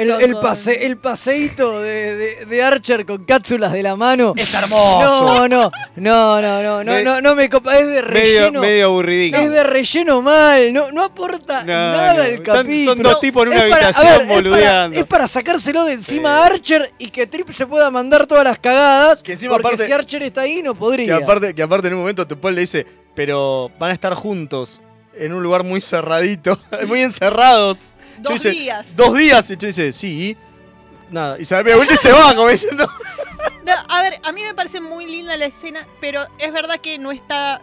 el- El, el pase, el paseíto de, de- de Archer con cápsulas de la mano.
Es hermoso.
No, no, no, no, no, no,
Me-
no, no me copa. Es de
Medio-
relleno.
medio aburridito.
Es de relleno mal. No, no aporta
No, no,
nada al
están- son
capítulo.
dos tipos en una
Es para- a
habitación
es para-
boludeando.
Es para, sacárselo de encima a Archer y que Trip se pueda mandar todas las cagadas.
Que encima
porque
aparte-
si Archer está ahí no podría.
Que aparte, que aparte en un momento Tupol le dice, pero van a estar juntos en un lugar muy cerradito, [laughs] muy encerrados.
Dos
dice,
días.
Dos días. Y yo dice, sí. Nada. Y se da media vuelta y se va, como diciendo.
No, a ver, a mí me parece muy linda la escena, pero es verdad que no está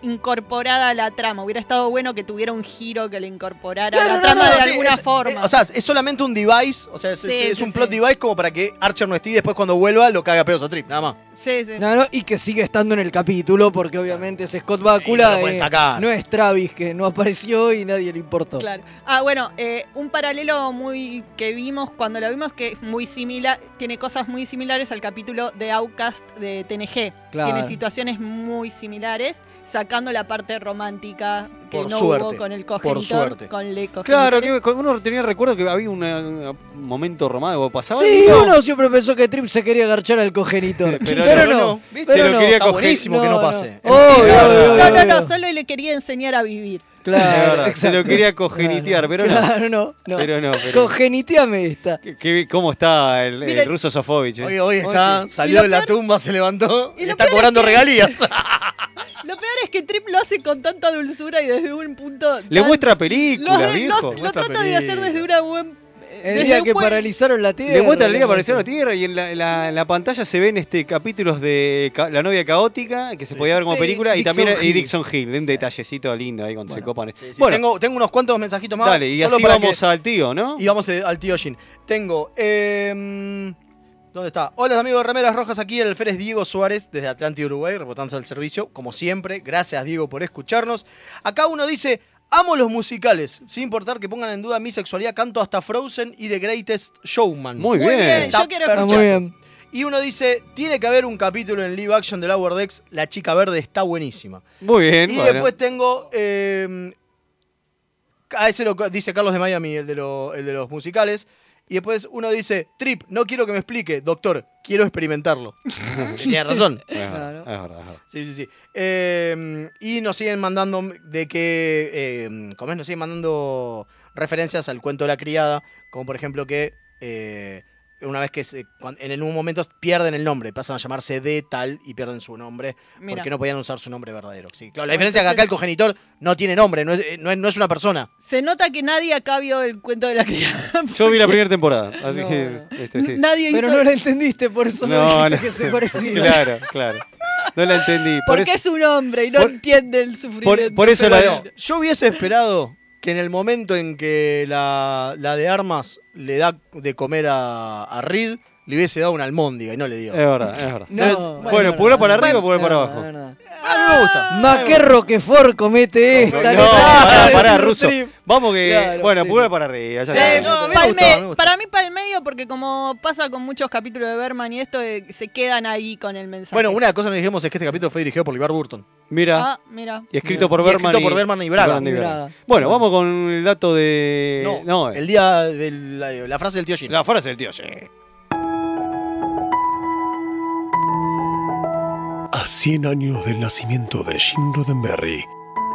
incorporada a la trama. Hubiera estado bueno que tuviera un giro que le incorporara a la
no,
trama
no,
de
sí,
alguna
es-
forma.
eh, o sea, es solamente un device, o sea, es,
Sí,
es- es
sí,
un
sí.
plot device como para que Archer no esté y después cuando vuelva lo caga a pedos a Trip, nada más.
sí, sí.
No, no, y que sigue estando en el capítulo porque obviamente es Scott Bakula.
no lo pueden sacar.
no es Travis que no apareció y nadie le importó.
Claro. Ah, bueno, eh, un paralelo muy que vimos cuando lo vimos que es muy similar, tiene cosas muy similares al capítulo de Outcast de TNG.
Claro.
Tiene situaciones muy similares, sacando la parte romántica que
Por
no hubo
suerte,
con el
por
cogenitor,
suerte.
con le
Claro,
cogenitor.
que uno tenía recuerdo que había una- un momento romántico que pasaba.
Sí,
y no.
uno siempre pensó que Trip se quería agarchar al cogenitor.
Pero
pero,
no,
no.
¿viste?
pero
Se lo
no.
quería
Está
coger.
buenísimo que no
No, no.
pase.
Oh,
Obvio, obvio,
No, no,
obvio.
no, solo le quería enseñar a vivir.
Es
Claro,
verdad, se lo
exacto.
quería cogenitear, pero no.
Claro, no. no.
Pero no, pero-
Cogeniteame esta.
¿Qué- qué- ¿Cómo está el, el
Miren.
ruso Sofovich? eh?
Hoy, hoy está,
Hoy sí.
salió de la tumba, se levantó y,
lo
está
peor
cobrando
es que-
[laughs]
regalías.
Lo peor es que Trip lo hace con tanta dulzura y desde un punto.
Le
tan-
muestra
Lo,
películas,
lo-
viejo.
lo trata de hacer desde una buen.
El
desde
día
un
que
buen-
paralizaron la tierra.
Le muestra la liga
no sé.
apareció la Tierra y en la, en la- en la pantalla se ven este capítulos de Ca- La novia caótica, que se podía ver como
Sí.
película, y
Dixon
también y
Hill.
Dixon Hill, un detallecito lindo ahí cuando se copan.
Sí,
bueno,
tengo, tengo unos cuantos mensajitos más.
dale, y
solo
así
para
vamos
que-
al tío, ¿no?
Y vamos eh, al tío Jin. Tengo. em, ¿Dónde está? Hola amigos de Remeras Rojas, aquí el alférez Diego Suárez desde Atlantic Uruguay, reportándose al servicio, como siempre. Gracias Diego por escucharnos. Acá uno dice, amo los musicales, sin importar que pongan en duda mi sexualidad, canto hasta Frozen y The Greatest Showman.
Muy Muy bien. bien,
Está
yo quiero
Está
perfecto.
Ah, muy bien.
Y uno dice, tiene que haber un capítulo en live action de Lower Decks, La Chica Verde está buenísima.
Muy bien,
Y
bueno.
después tengo. eh, ah, ese lo dice Carlos de Miami, el de, lo- el de los musicales. Y después uno dice: Trip, no quiero que me explique, doctor, quiero experimentarlo. Tenía razón.
Es verdad,
Claro.
es verdad, es verdad.
Sí, sí, sí. Eh, y nos siguen mandando de que. Eh, ¿Cómo es? Nos siguen mandando referencias al cuento de la criada. Como por ejemplo que. eh, una vez que se- cuan- en un momento pierden el nombre, pasan a llamarse de tal y pierden su nombre
Mira.
porque no podían usar su nombre verdadero. Sí, claro, la
Bueno,
diferencia es que acá
entonces-
el cogenitor no tiene nombre, no es, eh, no es- no es una persona.
Se nota que nadie acá vio el cuento de la criada.
Yo vi la primera temporada, así
No,
que este, sí.
Nadie
Pero
hizo.
no la entendiste, por eso no, dijiste que se parecía.
[laughs] Claro, claro. No la entendí. Por
Porque
eso,
es un hombre y no
por-
entiende el sufrimiento.
por, por eso la
Pero bueno, yo hubiese esperado que en el momento en que la, la de armas le da de comer a, a Reed, le hubiese dado una almóndiga y no le dio.
Es verdad, es verdad.
No,
bueno,
bueno,
bueno,
es
pulgar
verdad.
para arriba o pulgar para
No,
abajo. [laughs]
no, no.
Ah, A mí me gusta.
Ma, qué Roquefort comete
No,
esta. le [laughs] está
pará, pará,
diciendo
ruso.
Trip.
Vamos que.
Claro,
bueno,
sí,
pulgar
sí. Ah.
para arriba. ya
Sí,
está.
no, a mí me
Palme-
gustó, me gustó.
Eh, Para mí, para el medio, porque como pasa con muchos capítulos de Berman y esto, eh, se quedan ahí con el mensaje.
Bueno, una cosa que dijimos es que este capítulo fue dirigido por Libar Burton.
Mira.
Ah, mira.
Y escrito por
Y
Berman.
escrito por Bergman y Braga.
Bergman y Braga.
Braga.
Bueno, vamos con el dato de.
No,
Eh, no,
el día de la, la frase del tío Jim.
La frase del tío Jim.
A 100 años del nacimiento de Jim Roddenberry,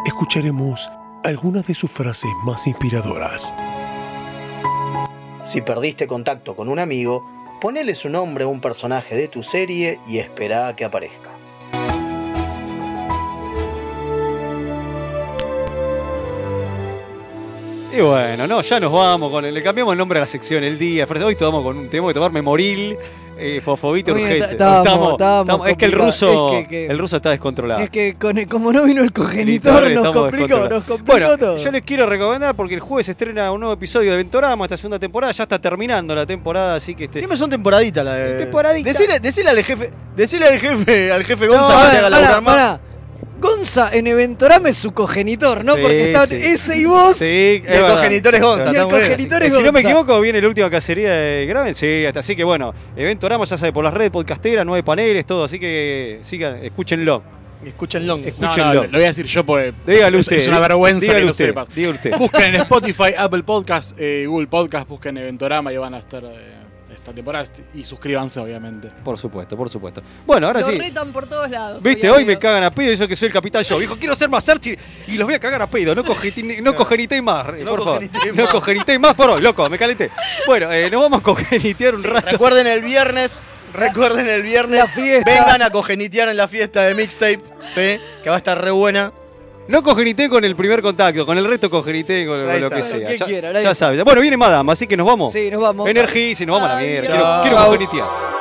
escucharemos algunas de sus frases más inspiradoras.
Si perdiste contacto con un amigo, ponele su nombre a un personaje de tu serie y espera a que aparezca.
Y bueno, no, ya nos vamos. Con el- le cambiamos el nombre a la sección, el día. frase. Hoy tomamos con un tenemos que tomar memoril, eh, fosfobito
Hoy
urgente.
está- estábamos- estábamos
es que el
complicados.
ruso,
Es que- que-
el ruso está descontrolado.
Es que con el- como no vino el cogenitor,
Literal,
nos
estamos
complicó, nos
descontrolados.
complicó
Bueno,
todo.
yo les quiero recomendar porque el jueves se estrena un nuevo episodio de Ventorama, esta segunda temporada, ya está terminando la temporada, así que este,
Siempre son temporaditas la de.
Temporadita.
Decile, decile al jefe, decile al jefe, al jefe
No,
Gonza
a
que te
ver, pará,
haga laburar más.
pará. Gonza en Eventorama es su cogenitor, ¿no?
Sí,
Porque están
sí.
ese y vos.
Sí,
Y el cogenitor es Gonza,
Y el
está muy bien.
cogenitor es
Eh, Si no me
Gonza.
equivoco, viene la última cacería de Graven. Sí, hasta así que bueno, evento Ramos ya sabe por las redes podcastera, nueve paneles, todo, así que sigan, escúchenlo.
Escúchenlo.
Escúchenlo.
No, no, lo voy a decir yo porque
Dígalo
es,
usted.
es una vergüenza
Dígalo
que
usted,
lo sepas.
dígalo usted.
Busquen en Spotify, Apple Podcast, eh, Google Podcast, busquen Eventorama y van a estar eh, esta temporada y suscríbanse obviamente.
Por supuesto, por supuesto. Bueno, ahora
Lo
Ah, sí.
retan por todos lados.
Viste,
había
hoy me cagan a pedo y yo que soy el capitán yo. Dijo, quiero ser más Archie y los voy a cagar a pedo. No, cogeni- no cogenitéis más, eh,
No
por favor.
cogenitéis
No
más.
cogenitéis más por hoy, loco, me calenté. Bueno, eh, nos vamos a cogenitear un rato.
Recuerden el viernes, recuerden el viernes. Vengan a cogenitear en la fiesta de mixtape, ¿sí? que va a estar re buena.
No cogenité con el primer contacto, con el resto cogenité con,
Ahí
lo
está.
que
Con
sea.
quien
ya
quiera, ahí
ya
está.
sabes. Bueno, viene Madame, así que nos vamos.
Sí, nos vamos.
Energía, si nos vamos a la mierda. Quiero,
chao.
quiero cogenitear.